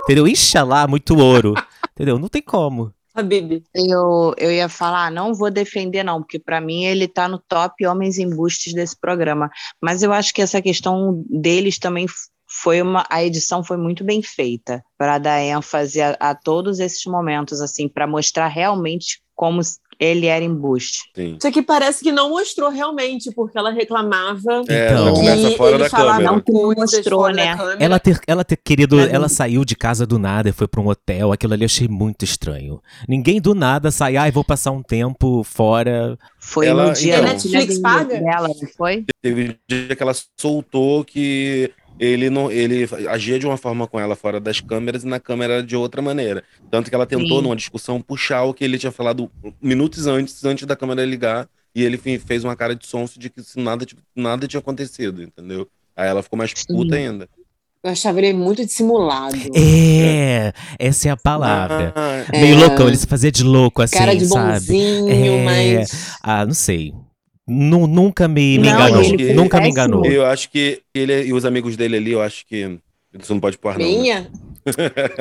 Entendeu? Inxalá, muito ouro. Entendeu? Não tem como. Habib. Eu, eu ia falar, "Ah, não vou defender, não, porque para mim ele tá no top homens embustes desse programa. Mas eu acho que essa questão deles também f- foi uma. A edição foi muito bem feita para dar ênfase a, a todos esses momentos, assim, para mostrar realmente como s- ele era embuste. Sim. Isso aqui parece que não mostrou realmente, porque ela reclamava É, Então. ela conversa que fora ele da falava câmera. Não, coisas mostrou, fora da né? câmera. Ela ter, ela ter querido, Mas- ela saiu de casa do nada e foi pra um hotel, aquilo ali eu achei muito estranho. Ninguém do nada sai, ai, vou passar um tempo fora. Foi Ela- no dia então- da A É Netflix filha paga? dela, não foi? Teve um dia que ela soltou que ele não ele agia de uma forma com ela fora das câmeras e na câmera era de outra maneira. Tanto que ela tentou, Sim. numa discussão, puxar o que ele tinha falado minutos antes, antes da câmera ligar, e ele fe- fez uma cara de sonso de que isso nada, ti- nada tinha acontecido, entendeu? Aí ela ficou mais puta ainda. Eu achava ele muito dissimulado. É, essa é a palavra. Ah, Meio É. loucão, ele se fazia de louco assim, Cara de sabe? bonzinho, É. mas. Ah, não sei. Nu- nunca me, me Não, enganou. ele- Nunca me péssimo. enganou. eu acho que ele e os amigos dele ali, eu acho que. Isso não pode pôr, não. né? Minha?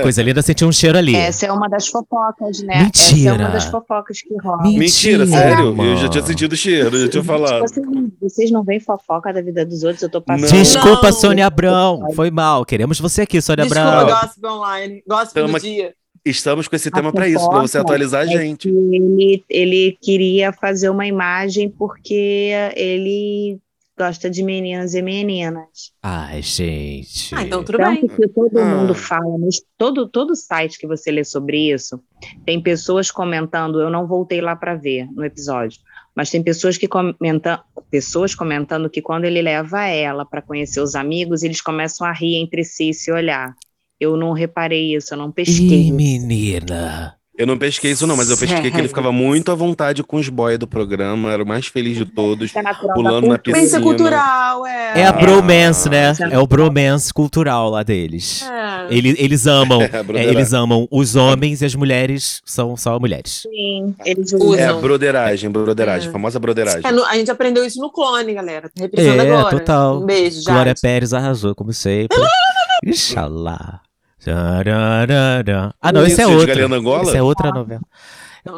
Coisa linda, senti um cheiro ali. Essa é uma das fofocas, né? Essa é Mentira. uma das fofocas que rola. Mentira, Mentira, sério? mano. Eu já tinha sentido o cheiro, eu já Tipo tinha falado. Vocês, não- vocês não veem fofoca da vida dos outros, eu tô passando. Desculpa, Não. Sônia Abrão. Foi mal. Queremos você aqui, Sônia Desculpa, Abrão. gossip online. Gossip Então, do mas- dia. Estamos com esse A tema pra isso, pra você fofoca é atualizar a gente. que ele, ele queria fazer uma imagem porque ele gosta de meninos e meninas. Ai, gente. Ah, então tudo bem. Tanto que todo Ah. mundo fala, mas todo, todo site que você lê sobre isso, tem pessoas comentando, eu não voltei lá para ver no episódio, mas tem pessoas que comentam, pessoas comentando que quando ele leva ela para conhecer os amigos, eles começam a rir entre si e se olhar. Eu não reparei isso, eu não pesquei. Ih, menina. Eu não pesquei isso, não, mas eu pesquei que ele Sério? ficava muito à vontade com os boys do programa, era o mais feliz de todos. Isso é natural da Pulando na cultura. Mas isso é Piscina. cultural, é. É a Ah. bromance, né? É o bromance cultural lá deles. É. Ele- eles amam. É, a é, broderagem. eles amam os homens e as mulheres são só mulheres. Sim, eles Usam. É, usam. a broderagem, broderagem, É. famosa broderagem. É, no- a gente aprendeu isso no clone, galera. Tá reprisando É, agora. total. Um beijo, já. Glória Pérez arrasou, como sempre. Inxalá. Tararara. Ah, não, Isso, esse é de outro. Galeana Angola? Esse é Ah. outra novela.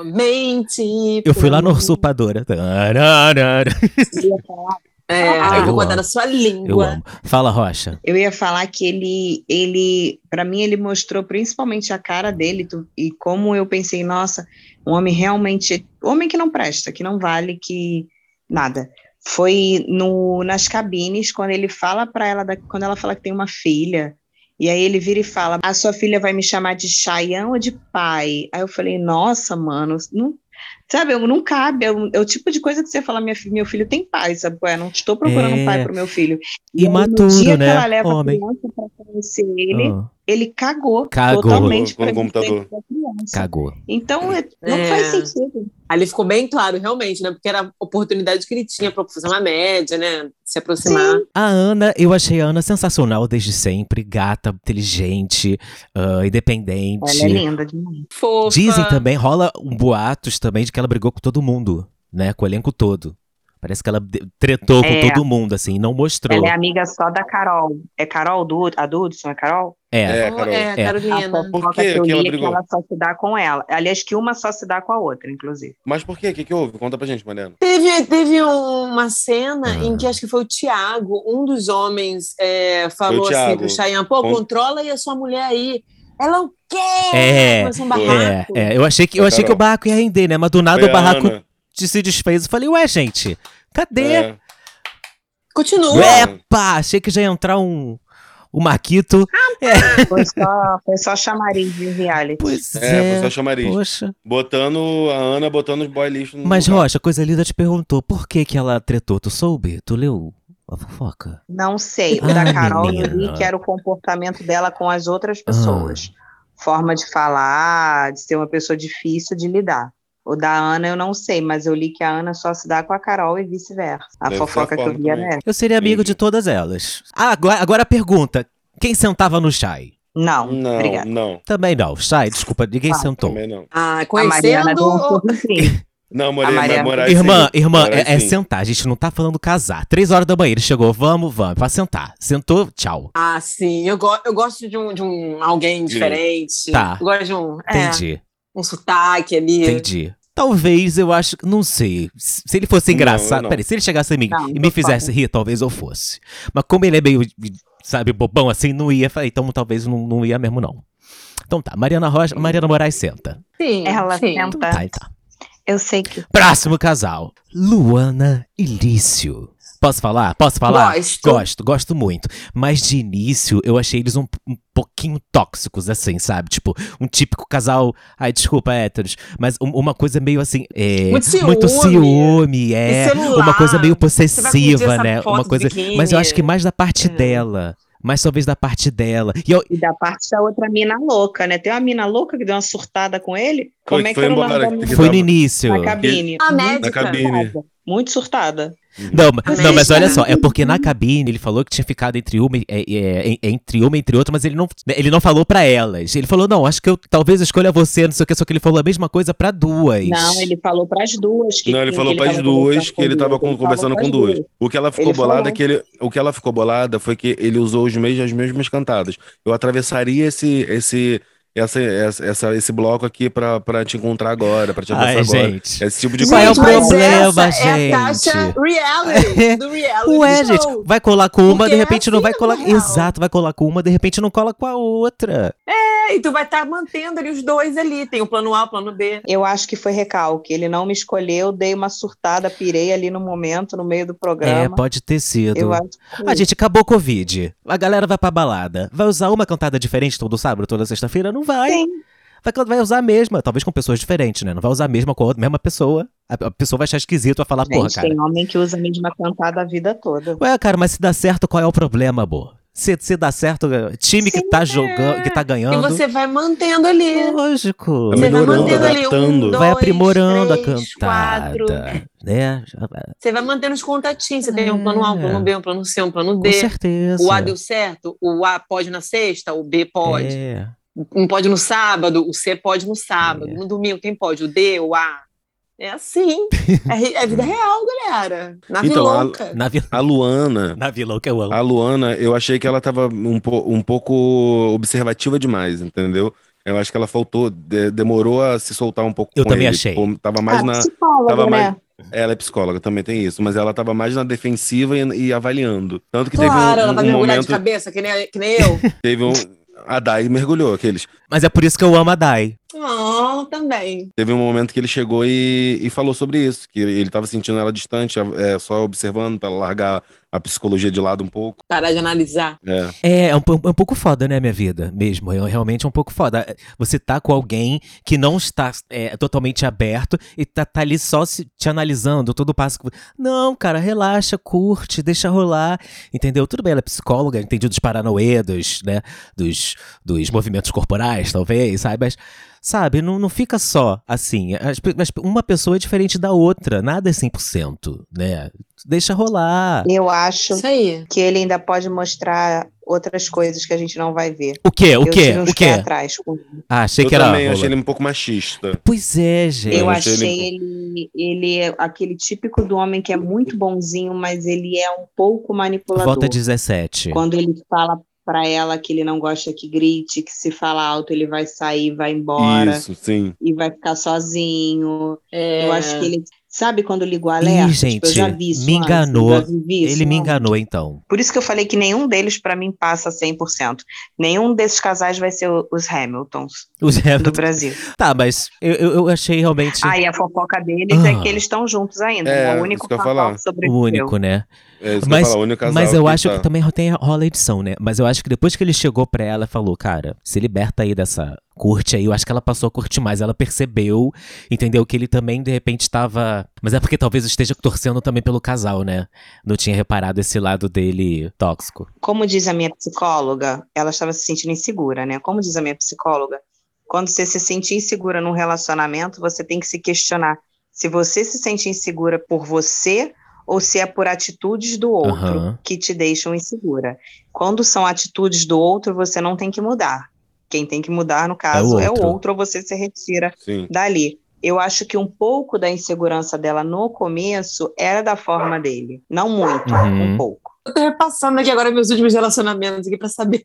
Somente. Eu fui lá por- no Usurpadora. Tararara. É, Ah, eu vou eu botar amo. na sua Eu língua. amo. Fala, Rocha. Eu ia falar que ele, ele, para mim, ele mostrou principalmente a cara dele tu- e como eu pensei, nossa, um homem realmente, homem que não presta, que não vale, que nada. Foi no, nas cabines quando ele fala para ela, da- quando ela fala que tem uma filha. E aí ele vira e fala: "A sua filha vai me chamar de Chayanne ou de pai?" Aí eu falei: "Nossa, mano, não Sabe, eu, não cabe, é o, é o tipo de coisa que você fala, minha, fi- meu filho tem pai, sabe? qual é? não estou procurando É. um pai pro meu filho. E aí, Imaturo, no dia né? Que ela leva Homem. a criança pra conhecer ele, Ah, ele cagou, Cagou. totalmente Com o pra computador. existência da criança. cagou. Então, é- não É. faz sentido. Ali ficou bem claro, realmente, né? Porque era a oportunidade que ele tinha pra fazer uma média, né? Se aproximar. A Ana, eu achei a Ana sensacional desde sempre. Gata, inteligente, ah, Ela é independente. linda demais. Fofa. Dizem também, rola um boatos também de que ela brigou com todo mundo, né? Com o elenco todo. Parece que ela de- tretou com É. todo mundo, assim, não mostrou. Ela é amiga só da Carol. É Carol do, a Dudson, é Carol? É. É, Oh, Carol. é, Carolina. A Por fofoca quê? que eu Que ela li é que brigou? ela só se dá com ela. Aliás, que uma só se dá com a outra, inclusive. Mas por quê? O que, que houve? Conta pra gente, Mariana. Teve, teve uma cena Ah. em que acho que foi o Tiago, um dos homens, é, falou assim Thiago. pro Chayanne, pô, Com- controla aí a sua mulher aí. Ela o quê? É, Começou um é, barraco. é. Eu achei que, eu achei que o Carol. barraco ia render, né? Mas do nada Foi o a barraco Ana. de- se desfez. Eu falei, ué, gente, cadê? É. Continua. Ué. É. Epa, achei que já ia entrar um, um Maquito. Foi só, foi só chamariz de reality. Pois É, é, foi só chamariz. poxa. Botando a Ana, botando os boy lixo no Mas, lugar. Rocha, coisa linda te perguntou por que que ela tretou. Tu soube? Tu leu a fofoca? Não sei. O Ah, da Carol eu menina. li que era o comportamento dela com as outras pessoas. Forma de falar, de ser uma pessoa difícil de lidar. O da Ana eu não sei, mas eu li que a Ana só se dá com a Carol e vice-versa. A Deve ser a fofoca que eu forma via também. era. Eu seria amigo Entendi. de todas elas. Ah, agora, agora a pergunta. Quem sentava no chai? Não, Não, obrigada. não. Também não. Chai, desculpa, ninguém sentou. Também não. Ah, A Mariana um conhecendo... gostou do fim. Não, Moreira, A Maria- mas morar Irmã, sim. irmã, Morar é, é sim. sentar. A gente não tá falando casar. Três horas da manhã, ele chegou, vamos, vamos, pra sentar. Sentou, tchau. Ah, sim. Eu, go- eu gosto de um, de um alguém Direito. diferente. Tá. Eu gosto de um, é, Entendi, um sotaque ali. entendi. Talvez eu acho. Não sei. Se se ele fosse Não, eu engraçado. não. Peraí, se ele chegasse a mim Não, e não me falo. fizesse rir, talvez eu fosse. Mas como ele é meio, sabe, bobão assim, não ia. Falei, então talvez não, não ia mesmo, não. Então tá, Mariana Rocha, Mariana Moraes senta. Sim, Ela sim. senta. Então tá, então. Eu sei que. Próximo casal. Luana e Lício. Posso falar? Posso falar? Gosto. Gosto, gosto muito. Mas de início eu achei eles um, um pouquinho tóxicos, assim, sabe? Tipo, um típico casal. Ai, desculpa, héteros. Mas um- uma coisa meio assim. é, Muito ciúme. Muito ciúme, é. E celular. Uma coisa meio Você vai curtir possessiva, essa né? foto Uma de coisa. biquíni. Mas eu acho que mais da parte Hum. dela. Mais talvez da parte dela. E eu, E da parte da outra mina louca, né? Tem uma mina louca que deu uma surtada com ele. Foi, Como é que foi eu não embora. largo a que mina foi no tava- início. na cabine? A Muito médica. Na cabine. surtada. Muito surtada. Não, mas- não, mas Mas- olha só, é porque na cabine ele falou que tinha ficado entre uma, e- é, é, é, entre uma e entre outra, mas ele não, ele não falou pra elas. Ele falou, não, acho que eu talvez eu escolha você, não sei o que, só que ele falou a mesma coisa pra duas. Não, ele falou para as duas. Que, Não, ele que falou para as tava duas conversando que ele com tava duas, com- ele conversando falou com pras duas. O que ela ficou Ele bolada falou. é que ele, o que ela ficou bolada foi que ele usou os mesmos, as mesmas cantadas. Eu atravessaria esse esse essa, essa, essa- esse bloco aqui pra, pra te encontrar agora, pra te abraçar Ai, agora. gente. Esse tipo de Qual é o coisa. mas problema, essa É a gente? É. taxa reality do reality Ué, show. gente, vai colar com uma, Porque de é repente não assim, vai na colar. real. Exato, vai colar com uma, de repente não cola com a outra. É, e tu vai estar mantendo ali os dois ali. Tem o plano A, o plano B. Eu acho que foi recalque. Ele não me escolheu, dei uma surtada, pirei ali no momento, no meio do É, programa. pode ter sido. eu acho que... A Ah, gente acabou o Covid. A galera vai pra balada. Vai usar uma cantada diferente todo sábado, toda sexta-feira? Não vai. Sim. Vai, vai usar a mesma, talvez com pessoas diferentes, né? Não vai usar a mesma com a outra- mesma pessoa. A, a pessoa vai achar esquisito, vai falar, Gente, porra, cara. tem homem que usa a mesma cantada a vida toda. Ué, cara, mas se dá certo, qual é o problema, amor? Se, se dá certo, eh, time que tá jogando, que tá é. E ganhando. você vai mantendo ali. Lógico. Tá Você vai melhorando, mantendo ali um, adaptando. dois, Vai aprimorando três, a cantada. quatro. Né? Você vai mantendo os contatinhos. Você tem um plano A, um plano B, um plano C, um plano Com D. certeza. O A deu certo, o A pode na sexta, o B pode. É. Um pode no sábado, o C pode no sábado. É. No domingo, quem pode? O D, o A. É assim. É, re- é vida real, galera. Na vida Então, a- louca. Na, vila, A Luana, na vila, o que eu amo. a Luana, eu achei que ela tava um, po- um pouco observativa demais, entendeu? Eu acho que ela faltou, de- demorou a se soltar um pouco Eu com também ele. achei. Pô, Tava mais ah, na, psicóloga, tava né? mais- Ela é psicóloga, também tem isso, mas ela tava mais na defensiva e, e avaliando. Tanto que Claro, teve um- ela vai um, mergulhar de momento, cabeça, que nem, que nem eu. teve um. A Dai mergulhou aqueles. Mas é por isso que eu amo a Dai. Oh, também. Teve um momento que ele chegou e, e falou sobre isso, que ele tava sentindo ela distante, é, só observando pra largar a psicologia de lado um pouco. Parar de analisar. É. É, é um, po- é um pouco foda, né, minha vida? Mesmo, é realmente é um pouco foda. Você tá com alguém que não está é, totalmente aberto e tá, tá ali só se- te analisando todo o passo que... Não, cara, relaxa, curte, deixa rolar, entendeu? Tudo bem, ela é psicóloga, entendi dos paranoê, dos, né, dos, dos movimentos corporais, talvez, sabe? Mas, sabe, não, não fica só assim. As pe- mas uma pessoa é diferente da outra, nada é 100%, né? Deixa rolar. Eu acho Isso aí. que ele ainda pode mostrar outras coisas que a gente não vai ver. O quê? O eu quê? tive uns O pés quê? atrás. com- Ah, achei eu que era... também rola. achei ele um pouco machista. Pois é, gente. Eu Eu achei achei ele, ele é aquele típico do homem que é muito bonzinho, mas ele é um pouco manipulador. Volta 17. Quando ele fala pra ela que ele não gosta que grite, que se fala alto, ele vai sair, vai embora Isso, sim. e vai ficar sozinho. É. Eu acho que ele. Sabe quando liga o alerta? Tipo, gente, eu já vi isso me antes, enganou. eu já vivi isso Ele me antes. enganou, então. Por isso que eu falei que nenhum deles, pra mim, passa 100%. Nenhum desses casais vai ser o- os Hamiltons Os do Hamilton- Brasil. Tá, mas eu, eu, eu achei realmente Ah, e a fofoca deles Ah. é que eles estão juntos ainda. É, É, o isso único que eu ia casal falar. que o sobreviveu. único, né? É isso Mas- que eu falo, o único casal mas eu que acho tá- que também tem, rola a edição, né? Mas eu acho que depois que ele chegou pra ela, falou, cara, se liberta aí dessa. Curte aí, eu acho que ela passou a curtir mais. Ela percebeu, entendeu? Que ele também, de repente, tava. Mas é porque talvez eu esteja torcendo também pelo casal, né? Não tinha reparado esse lado dele tóxico. Como diz a minha psicóloga, ela estava se sentindo insegura, né? Como diz a minha psicóloga, quando você se sente insegura num relacionamento, você tem que se questionar se você se sente insegura por você ou se é por atitudes do outro Aham. que te deixam insegura. Quando são atitudes do outro, você não tem que mudar. Quem tem que mudar, no caso, é o outro. outro ou você se retira Sim. dali. Eu acho que um pouco da insegurança dela no começo era da forma dele. Não muito, Uhum. um pouco. Eu tô repassando aqui agora meus últimos relacionamentos aqui pra saber.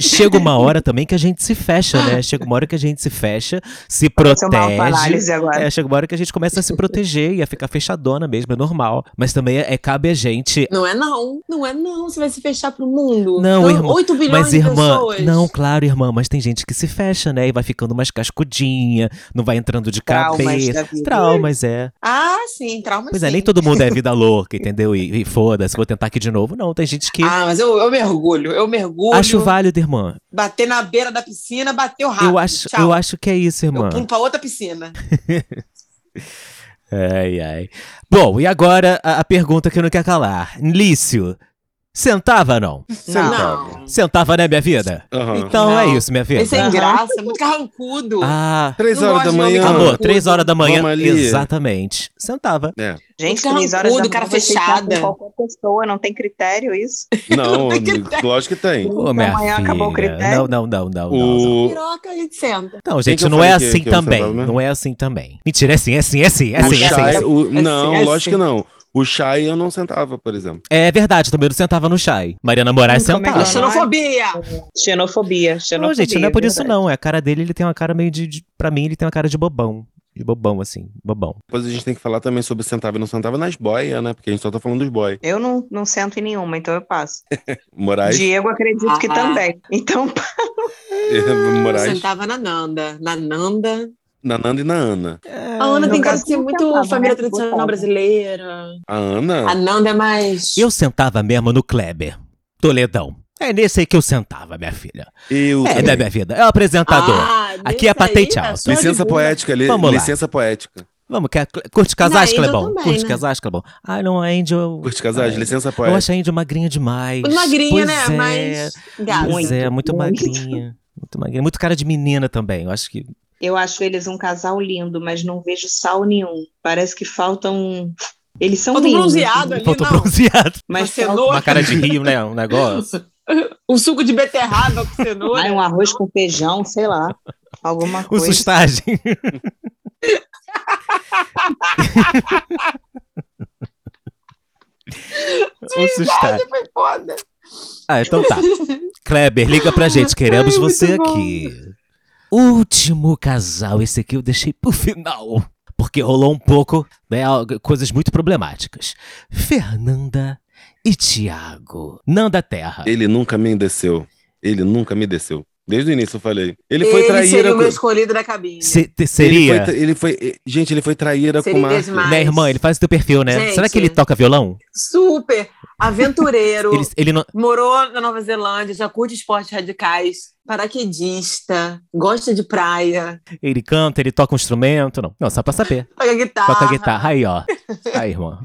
Chega uma hora também que a gente se fecha, né? Chega uma hora que a gente se fecha, se Isso é uma protege. autoanálise agora. É, chega uma hora que a gente começa a se proteger e a ficar fechadona mesmo, é normal. Mas também é, é- cabe a gente. Não é não, não é não. Você vai se fechar pro mundo. Não, São irmã, 8 bilhões Mas, de irmã, pessoas. não, claro, irmã, mas tem gente que se fecha, né? E vai ficando mais cascudinha, não vai entrando de Traumas cabeça. da vida. Assim. Traumas, é. Ah, sim, trauma Pois sim. é, nem todo mundo é vida louca, entendeu? E, e foda-se, vou tentar aqui de novo. Não, tem gente que Ah, mas eu, eu mergulho, eu mergulho. acho válido, irmã. Bater na beira da piscina, bateu rápido. Eu Ah, acho, Tchau. eu acho que é isso, irmã. Eu pulo pra outra piscina. Ai, ai. Bom, e agora a, a pergunta que não quer calar. Lício, sentava ou não? Não. Sentava, né, minha vida? Aham. Então Não. é isso, minha É vida. sem Aham. graça, é muito carrancudo. Ah, Três Não horas gosto da de homem manhã. que amor, Carrancudo. três horas da manhã. Então, Vamos ali. Exatamente. Sentava. É. Carrancudo, Gente, três horas da manhã cara você senta fechada. Com qualquer pessoa, não tem critério é isso. Não, tem amigo, lógico que tem. Ô, minha filha. manhã acabou o Não, critério. não, não, não, não. não. O, Piroca, a gente senta. Não, Quem gente, que eu não é falei que- assim que eu também. sentava, né? Não é assim também. Mentira, é assim, é assim, é assim, é o assim, é assim. chai, É, assim. o- é não, assim. lógico que não. O chai eu não sentava, por exemplo. é verdade, também não sentava no chai. Mariana Moraes Hum, como é sentava. que Ah, É xenofobia. Xenofobia, xenofobia. Não, gente, não é por isso verdade. não. É a cara dele, ele tem uma cara meio de, de para mim ele tem uma cara de bobão, de bobão assim, bobão. Depois a gente tem que falar também sobre sentava e não sentava nas boias, né? Porque a gente só tá falando dos boy. Eu não, não sento em nenhuma, então eu passo. Moraes, Diego, acredito que Ah. também. Então, Eu Moraes, sentava na Nanda. Na Nanda. na Nanda e na Ana. A Ana É, no tem cara caso, de ser não muito sentava, família né? tradicional Botava. brasileira. A A Ana? Nanda é mais. Eu sentava mesmo no Kleber, Toledão. É nesse aí que eu sentava, minha filha. Eu É, também. né, minha vida? É o apresentador. Ah, Aqui é nesse patente aí, alta. é só de Licença boa. poética, li, Vamos lá. licença poética. Vamos, quer, curte casais, Na Angel Clebão? também, Curte né? casais, Clebão? Ai, não, a Angel... Curte casais, Ai, licença Eu poética. acho a Angel magrinha demais. Magrinha, Pois né? ah, é. Mais gata. Pois é, muito Muito, muito. magrinha. Muito magrinha. Muito cara de menina também. Eu acho que eu acho eles um casal lindo, mas não vejo sal nenhum. Parece que faltam. Eles são Falta um lindos. bronzeado ali, faltou não. bronzeado. Uma Mas falta- cenoura. Uma cara de rio, né? Um negócio. Um suco de beterraba com cenoura. vai um arroz com feijão, sei lá. Alguma Um coisa. sustagem. um sustagem. Foi foda. Ah, então tá. Kleber, liga pra gente. Queremos Ai, muito você bom. aqui. Último casal. Esse aqui eu deixei pro final. Porque rolou um pouco, né? algo- Coisas muito problemáticas. Fernanda e Tiago. Nanda Terra. Ele nunca me desceu. Ele nunca me desceu. Desde o início eu falei. Ele foi Ele traíra. seria o com- meu escolhido da cabine. Se- te- Ele foi, seria. tra- ele foi- Gente, ele foi traíra com o Seria Marco. demais. Né, irmã? Ele faz o teu perfil, né? Gente. Será que ele toca violão? Super aventureiro. Ele, ele não. Morou na Nova Zelândia, já curte esportes radicais, paraquedista, gosta de praia, Ele canta, ele toca um instrumento, não. Não, só pra saber. toca guitarra. Toca guitarra. Aí, ó. Aí, irmã.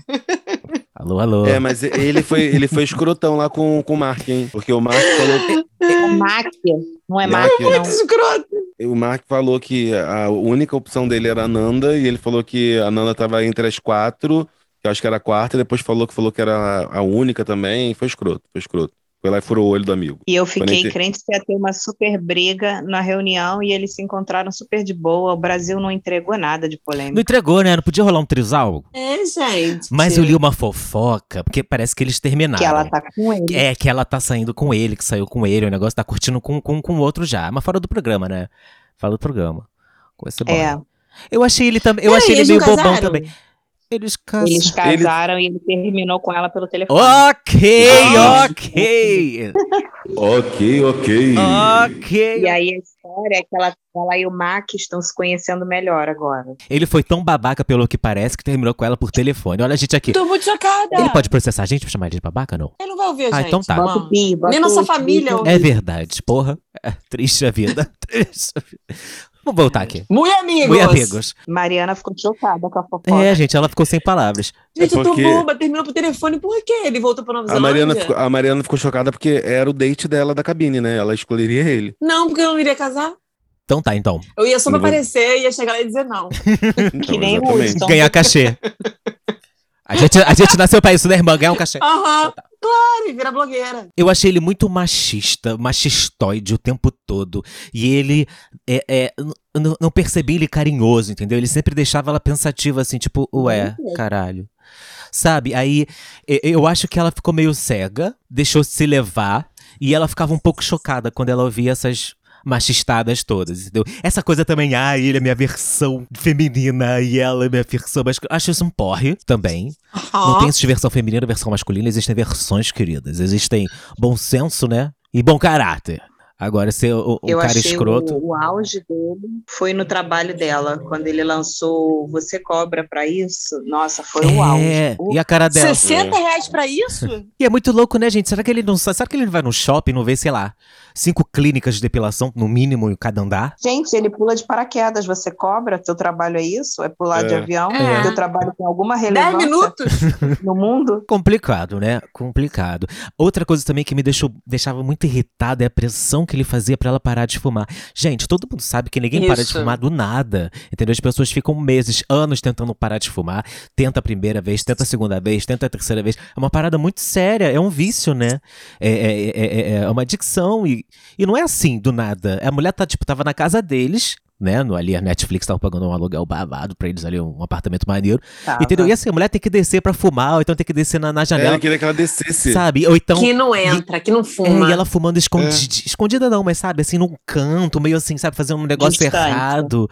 Alô, alô. É, mas ele foi, ele foi escrotão lá com, com o Mark, hein? Porque o Mark falou. É máquia. Não é Máquia. máquia, não. Muito escroto. O Mark falou que a única opção dele era a Nanda, e ele falou que a Nanda tava entre as quatro, que eu acho que era a quarta, e depois falou que falou que era a única também. Foi escroto, foi escroto. Foi lá e furou o olho do amigo. E eu fiquei Conectei. crente que ia ter uma super briga na reunião e eles se encontraram super de boa. O Brasil não entregou nada de Não polêmica. entregou, né? Não podia rolar um trisal. É, gente. Mas eu li uma fofoca, porque parece que eles terminaram. Que ela tá com ele. É, que ela tá saindo com ele, que saiu com ele, o negócio tá curtindo com o com, com o outro já. Mas fora do programa, né? Fora do programa. Com esse boy. É, Eu achei ele também. Eu Peraí, achei ele eles meio não bobão casaram? também. Eles casam. eles casaram e ele terminou com ela pelo telefone. Ok, Ah. ok. Ok, ok. Ok. E aí a história é que ela, ela e o Mac estão se conhecendo melhor agora. Ele foi tão babaca, pelo que parece, que terminou com ela por telefone. Olha a gente aqui. Tô muito chocada. Ele pode processar a gente pra chamar ele de babaca, não? Ele não vai ouvir Ah, a gente. então tá. mano. Bota o Bi, bota Nem nossa o Bi, família bota o É verdade, porra. É, triste a vida. Triste a vida. Vamos voltar aqui. Muito amigos. Oi, amigos. Bi. Mariana ficou chocada com a fofoca. É, gente, ela ficou sem palavras. Gente, É eu tô porque- boba. Terminou pro telefone. Por quê? Ele voltou pra Nova A Zelândia? Mariana, ficou, a Mariana ficou chocada porque era o date dela da cabine, né? Ela escolheria ele. Não, porque eu não iria casar. Então tá, então. Eu ia só pra Não vou- aparecer e ia chegar lá e dizer não. Então, nem o exatamente. Hudson. Então- Ganhar cachê. A gente, a gente nasceu pra isso, né, irmã? Ganhar um cachê. Aham, claro, e vira blogueira. Eu achei ele muito machista, machistoide o tempo todo. E ele é, é, n- n- não percebi ele carinhoso, entendeu? Ele sempre deixava ela pensativa, assim, tipo, ué, caralho. Sabe? Aí e- eu acho que ela ficou meio cega, deixou se levar, e ela ficava um pouco chocada quando ela ouvia essas machistadas todas, entendeu? Essa coisa também, ah, ele é minha versão feminina e ela é minha versão masculina. Acho isso um porre também. Não tem isso de versão feminina, versão masculina, existem versões queridas. Existem bom senso, né? E bom caráter. Agora, ser o, um eu cara achei escroto. O, o auge dele foi no trabalho dela, quando ele lançou Você Cobra pra Isso. Nossa, foi o É, auge. O- e a cara dela. 60 reais pra isso? E é muito louco, né, gente? Será que ele não sa- será que ele não vai no shopping e não vê, sei lá, cinco clínicas de depilação, no mínimo, em cada andar? Gente, ele pula de paraquedas. Você cobra? Teu trabalho é isso? É pular É. de avião? É. Teu trabalho tem alguma 10 relevância minutos? no mundo? Complicado, né? Complicado. Outra coisa também que me deixou, deixava muito irritada é a pressão que ele fazia pra ela parar de fumar. Gente, todo mundo sabe que ninguém para de Isso. fumar do nada, entendeu? As pessoas ficam meses, anos tentando parar de fumar. Tenta a primeira vez, tenta a segunda vez, tenta a terceira vez. É uma parada muito séria, é um vício, né? É, é- é- é- é uma adicção e, e não é assim do nada. A mulher tá, tipo, tava na casa deles, né? No, ali a Netflix tava pagando um aluguel babado pra eles ali, um apartamento maneiro. Tá, Ah, Entendeu? E assim, a mulher tem que descer pra fumar, ou então tem que descer na, na Ela janela, queria É, que ela descesse. sabe? Ou então. que não entra, que não é, fuma. e ela fumando escondida. É. Escondida não, mas sabe, assim, num canto, meio assim, sabe, fazendo um negócio Distante. errado.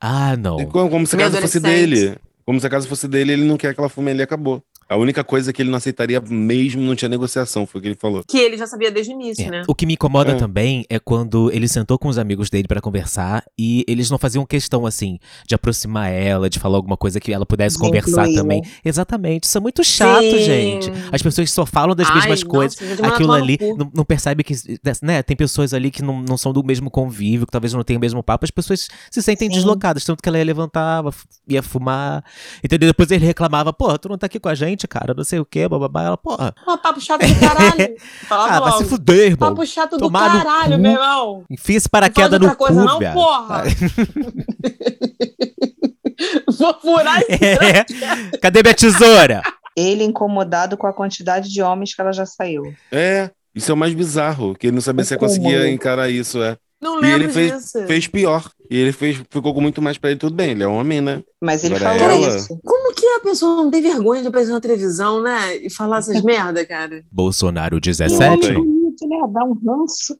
Ah, não. E Como, como se a Meu casa fosse adolescente. dele. Como se a casa fosse dele, ele não quer que ela fume, ele acabou. A única coisa que ele não aceitaria mesmo não tinha negociação, foi o que ele falou. Que ele já sabia desde o início, É. né? O que me incomoda É. também é quando ele sentou com os amigos dele pra conversar e eles não faziam questão, assim, de aproximar ela, de falar alguma coisa que ela pudesse De conversar incluir, também. Exatamente. Isso é muito chato, Sim. gente. As pessoas só falam das Ai, mesmas nossa, coisas. gente, manda Aquilo tomar no ali cu. não, não percebe que. Né, tem pessoas ali que não, não são do mesmo convívio, que talvez não tenham o mesmo papo, as pessoas se sentem Sim. deslocadas, tanto que ela ia levantar, ia fumar. Entendeu? Depois ele reclamava, porra, tu não tá aqui com a gente, cara, não sei o quê, bababá. Ela, porra, Ah, papo chato do caralho. Falava ah, vai logo. se fuder, irmão. Papo chato do Tomar no caralho, cu. meu irmão. Enfia esse Não fala de paraquedas no outra cu, coisa, não, viado. porra. Vou furar esse É. Cadê minha tesoura? Ele incomodado com a quantidade de homens que ela já saiu. É, isso é o mais bizarro, que ele não sabia se ia Como? conseguir encarar isso, é. Não E lembro ele fez- disso. Fez pior. E ele fez, ficou com muito mais pra ele, tudo bem, ele é um homem, né? Mas ele Agora falou ela- isso. Como que a pessoa não tem vergonha de aparecer na televisão, né? E falar essas merda, cara? Bolsonaro E o 17? homem não? bonito, né? Dá um ranço.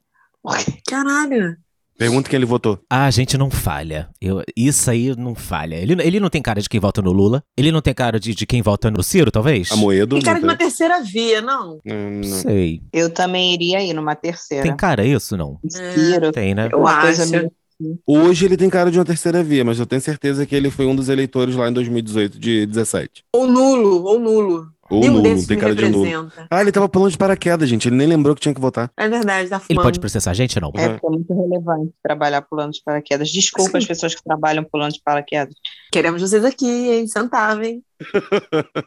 Caralho. Pergunta quem ele votou. Ah, a gente não falha. Eu- isso aí não falha. Ele, ele não tem cara de quem vota no Lula. Ele não tem cara de, de quem vota no Ciro, talvez? A Moedo? Tem cara de não, uma tem. terceira via, não? Não, Não não. sei. Eu também iria ir numa terceira. Tem cara isso, não? Ciro, Tem, né? Eu uma coisa acho. meio- Hoje ele tem cara de uma terceira via, mas eu tenho certeza que ele foi um dos eleitores lá em 2018, de 17. Ou nulo, ou nulo. Ou Nenhum nulo, desses tem me cara de nulo. representa. Ah, ele tava pulando de paraquedas, gente. Ele nem lembrou que tinha que votar. É verdade, tá Ele fumando. pode processar a gente, Uhum. não? É, porque é muito relevante trabalhar pulando de paraquedas. Desculpa Sim. as pessoas que trabalham pulando de paraquedas. Queremos vocês aqui, hein? Sentava, hein?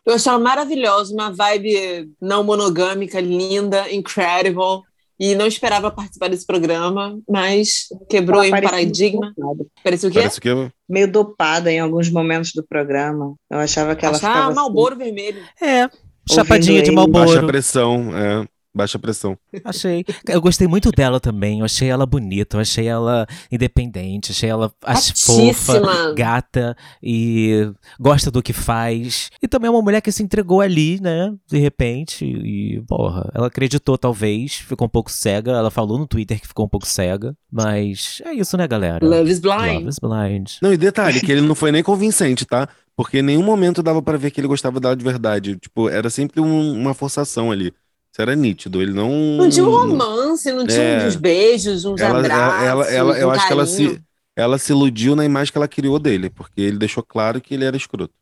Eu achava maravilhoso, uma vibe não monogâmica, linda, incredible. E não esperava participar desse programa, mas quebrou Ela aí um parecia paradigma. muito dopada. Parecia o quê? Parece que eu... Meio dopada em alguns momentos do programa. Eu achava que ela ficava Achar assim, malboro vermelho. É. Chapadinha de ele. baixa Malboro. pressão, é. Baixa pressão. Achei. Eu gostei muito dela também. Eu achei ela bonita, eu achei ela independente, achei ela as fofa. Gatíssima. gata e gosta do que faz. E também é uma mulher que se entregou ali, né? De repente. E, porra, ela acreditou, talvez. Ficou um pouco cega. Ela falou no Twitter que ficou um pouco cega. Mas é isso, né, galera? Love is Love blind. is blind. Não, e detalhe, que ele não foi nem convincente, tá? Porque em nenhum momento dava pra ver que ele gostava dela de verdade. Tipo, era sempre um- uma forçação ali. Isso era nítido. Ele não. Não tinha um romance, não tinha É. uns beijos, uns Ela- abraços. ela- ela- ela- eu um acho que ela carinho. Ela se iludiu na imagem que ela criou dele, porque ele deixou claro que ele era escroto.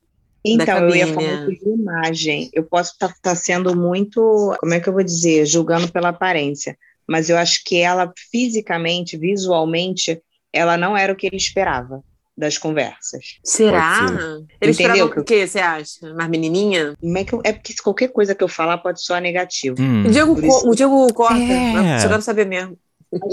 Então, eu ia cabine, falar é. muito de imagem. Eu posso estar sendo muito, como é que eu vou dizer, julgando pela aparência. Mas eu acho que ela, fisicamente, visualmente, ela não era o que ele esperava das conversas. Será? Pode Ele Entendeu esperava que eu- o quê, você acha? Mais menininha? Como é, que eu- é porque se qualquer coisa que eu falar pode soar negativo. Hum. O Diego, Por isso- co- o Diego corta, É. só quero saber mesmo.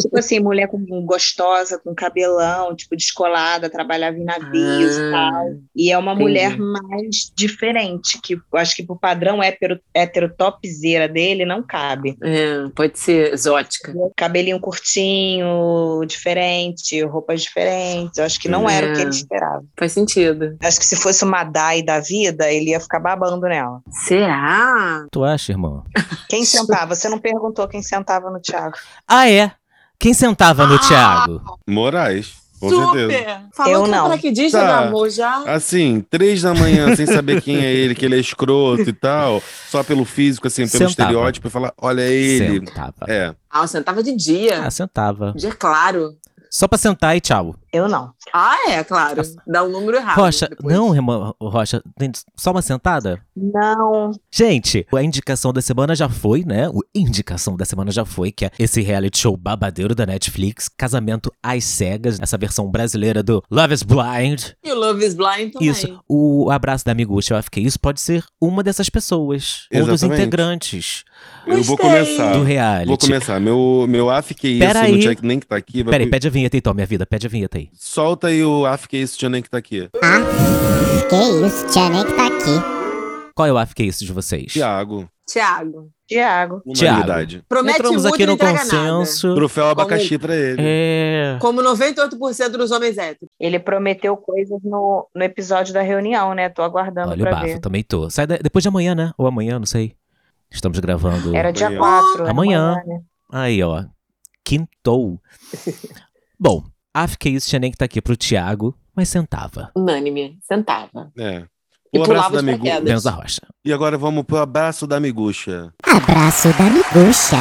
tipo assim, mulher com, gostosa, com cabelão, tipo, descolada, trabalhava em navios e Ah, tal. E é uma entendi. mulher mais diferente, que eu acho que pro padrão hétero, heterotopzera dele não cabe. É, pode ser exótica. Cabelinho curtinho, diferente, roupas diferentes. Eu acho que não era o que ele É. esperava. Faz sentido. Acho que se fosse uma Dai da vida, ele ia ficar babando nela. Será? Tu acha, irmão? Quem sentava? Você não perguntou quem sentava no Thiago. Ah, é? Quem sentava no Ah! Thiago? Moraes, com Super! certeza. Eu Falou que não. é paraquedista, Tá. meu amor, já. Assim, três da manhã, sem saber quem é ele, que ele é escroto e tal, só pelo físico, assim, Sentava. pelo estereótipo, e falar, olha ele. Sentava. É, Ah, eu sentava de dia. Ah, sentava. Dia claro. Só pra sentar e tchau. Eu não. Ah, é, claro. Dá um número Ah, errado. Rocha, depois. não, irmão Rocha, tem só uma sentada? Não. Gente, a indicação da semana já foi, né? O indicação da semana já foi, que é esse reality show babadeiro da Netflix, Casamento às Cegas, essa versão brasileira do Love is Blind. E o Love is Blind também. Isso, o abraço da amigucha, eu fiquei, isso pode ser uma dessas pessoas, ou dos Exatamente. integrantes eu vou Gostei. começar. do reality. Vou começar. Meu, meu af que isso, Pera aí. não tinha que nem que tá aqui. vai- Peraí, pede a vinheta então, minha vida, pede a vinheta aí. Solta aí o af que isso, tinha nem que tá aqui. Que isso, tia nem que tá aqui. Qual é o after isso de vocês? Tiago, Tiago. Tiago. unanimidade. Promete Entramos muito aqui e não no entrega consenso. Troféu abacaxi pra ele. É. nada. Como 98% dos homens héteros. Ele prometeu coisas no, no episódio da reunião, né? Tô aguardando Olha o pra bafo, ver. também tô. Sai da- depois de amanhã, né? Ou amanhã, não sei. Estamos gravando. Era dia Amanhã. 4. era Amanhã. né? Aí, ó. Quintou. Bom, a Fiquei Isso tinha nem que tá aqui pro Thiago, mas sentava. Unânime. Sentava. É. E O abraço pulava da de amigucha. paraquedas. Menos a Rocha. E agora vamos pro abraço da amigucha. Abraço da miguxa.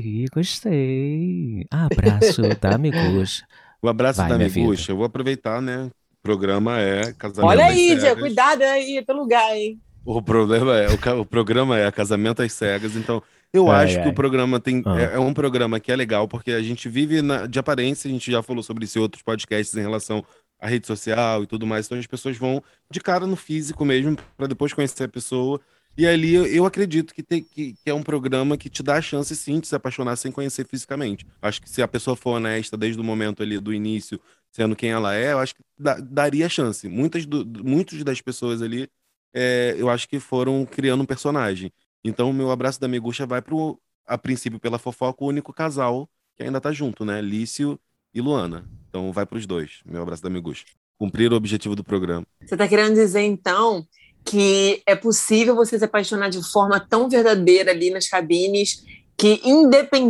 Ih, gostei. Abraço tá, da amigucha. O abraço Vai, da minha vida. amigucha. Eu vou aproveitar, né? O programa é casamento. Olha às aí, cegas. Dia. Cuidado aí pelo lugar, hein? O problema é, o, ca- o programa é casamento às cegas, então eu Ai, acho que ai. o programa tem Ah. é, é um programa que é legal porque a gente vive na- de aparência, a gente já falou sobre isso em outros podcasts em relação à rede social e tudo mais, então as pessoas vão de cara no físico mesmo para depois conhecer a pessoa. E ali eu, eu acredito que, tem, que, que é um programa que te dá a chance sim de se apaixonar sem conhecer fisicamente. Acho que se a pessoa for honesta desde o momento ali do início, sendo quem ela é, eu acho que dá- daria chance. Muitas do, muitos das pessoas ali é, eu acho que foram criando um personagem. Então, o meu abraço da Megucha vai pro, a princípio, pela fofoca, o único casal que ainda tá junto, né? Lício e Luana. Então, vai pros dois, meu abraço da Megucha. Cumprir o objetivo do programa. Você tá querendo dizer, então, que é possível você se apaixonar de forma tão verdadeira ali nas cabines que,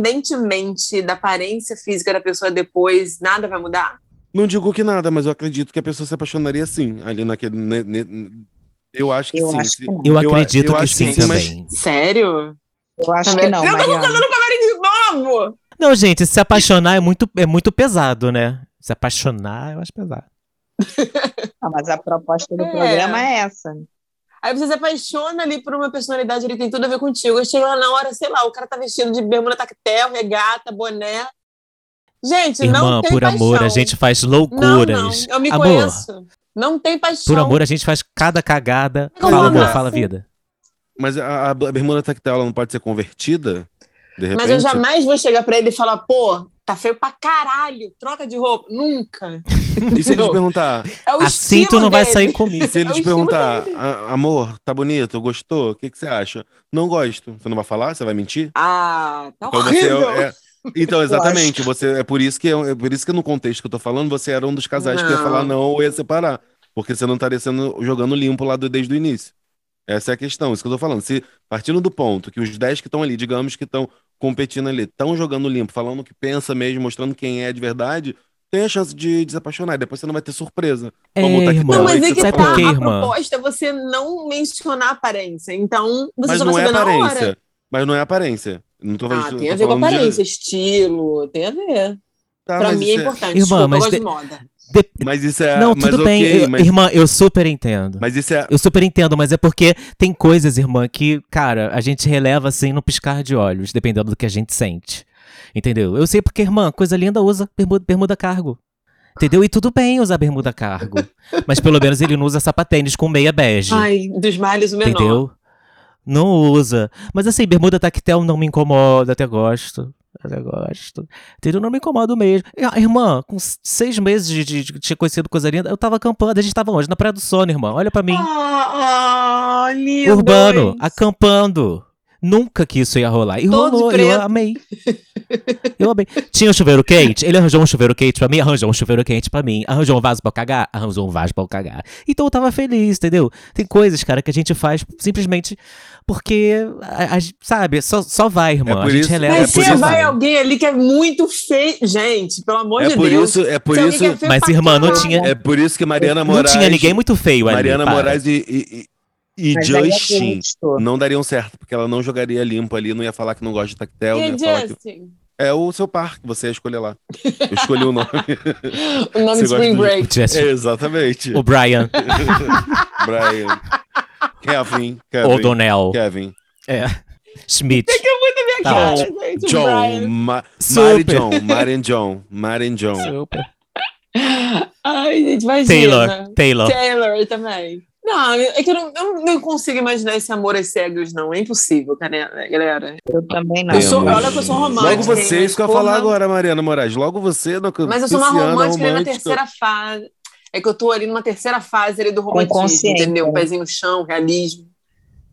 independentemente da aparência física da pessoa depois, nada vai mudar? Não digo que nada, mas eu acredito que a pessoa se apaixonaria sim, ali naquele. ne- ne- eu acho que Eu sim. acho se- que não. Eu Eu a- acredito eu que acho sim que sim, mas- também. Sério? Eu acho que não, Eu tô Mariana. colocando camarim de novo! Não, gente, se apaixonar é muito, é muito pesado, né? Se apaixonar, eu acho pesado. Não, mas a proposta do É. programa é essa. Aí você se apaixona ali por uma personalidade que tem tudo a ver contigo. Aí chega lá na hora, sei lá, o cara tá vestido de bermuda tactel, regata, boné. Gente, Irmã, não tem por paixão. amor, a gente faz Não, loucuras. não, eu me amor, conheço. Não tem paixão. por amor, a gente faz cada cagada. Como fala, eu amor, nasci? fala, vida. Mas a, a bermuda tactile ela não pode ser convertida? De repente? Mas eu jamais vou chegar pra ele e falar, pô, tá feio pra caralho, troca de roupa. Nunca. E se ele te perguntar? É o Assim estilo tu não vai dele. sair comigo. E se ele É o te estilo perguntar, "A- amor, tá bonito? Gostou? O que, que você acha? Não gosto. Você não vai falar? Você vai mentir? Ah, tá Então, você é- horrível. é- então, exatamente. Você, é, por isso que, eu- é por isso que no contexto que eu tô falando, você era um dos casais que ia Não. falar não ou ia separar. Porque você não estaria sendo, jogando limpo lá do- desde o início. Essa é a questão, isso que eu tô falando. Se partindo do ponto que os 10 que estão ali, digamos que estão competindo ali, estão jogando limpo, falando o que pensa mesmo, mostrando quem é de verdade, tem a chance de desapaixonar. E depois você não vai ter surpresa. É, Como tá aqui irmã. Não, mas é Isso que Sabe tá, é por quê, a irmã? proposta é você não mencionar a aparência. Então, você Mas só vai não é saber na hora. aparência. Mas não é aparência. Não tô, Ah, tô- tem a tô ver com falando de- aparência, estilo, tem a ver. Tá, pra mas mim é isso é- importante. Irmã, Desculpa, mas eu gosto de- de moda. De- Mas isso é. Não, mas tudo ok, bem, eu- mas, irmã, eu super entendo. mas isso é. Eu super entendo, mas é porque tem coisas, irmã, que, cara, a gente releva assim no piscar de olhos, dependendo do que a gente sente. Entendeu? Eu sei porque, irmã, coisa linda usa bermuda, bermuda cargo. Entendeu? E tudo bem usar bermuda cargo. mas pelo menos ele não usa sapatênis com meia bege. Ai, dos males o menor. Entendeu? Não usa. Mas assim, bermuda tactel não me incomoda, até gosto. Mas eu gosto. Entendeu? Não me incomodo mesmo. E, ah, Irmã, com seis meses de, de, de ter conhecido coisa linda, eu tava acampando. A gente tava onde? Na Praia do Sono, irmã. Olha pra mim. Ah, ah, lindo. Urbano, acampando. Nunca que isso ia rolar. E Todo rolou, e eu preto. amei. Eu amei. Tinha um chuveiro quente, ele arranjou um chuveiro quente pra mim, arranjou um chuveiro quente pra mim, arranjou um vaso pra eu cagar, arranjou um vaso pra eu cagar. Então eu tava feliz, entendeu? Tem coisas, cara, que a gente faz simplesmente porque, a- a- sabe, só, só vai, irmão. por a gente isso- releva. É, Mas por você isso, vai sabe? alguém ali que é muito feio. Gente, pelo amor É de por Deus. isso, é por Se alguém isso, quer feio Mas, pra irmã, não caralho. tinha- é por isso que Mariana Não Moraes. tinha ninguém muito feio ali. Mariana para. Moraes e, e, e- e Mas aí é Justin gosto. não dariam certo, porque ela não jogaria limpo ali, não ia falar que não gosta de tactel. não ia falar E que- Justin? É o seu parque, você ia escolher lá. Eu escolhi o nome. O nome Você gosta Spring do- Break. Justin, Exatamente. o Brian, Brian. Kevin. Kevin. O'Donnell, Kevin. Schmidt. Tá Cara, ótimo. gente, o John. Brian. Ma Mari Super. John. Marion John. Marion John. Super. Ai, gente, imagina. Taylor, Taylor. Taylor também. Não, é que eu não, eu não consigo imaginar esse amor às cegas, não. É impossível, cara- galera. Eu também não. Eu sou, Temos. olha que eu sou romântica. Logo você, hein, isso que eu ia porra. falar agora, é Mariana Moraes. Logo você, no Mas eu sou uma romântica, né, na terceira fase. É que eu tô ali numa terceira fase ali do romantismo, consciência, entendeu? né? Pezinho no chão, realismo.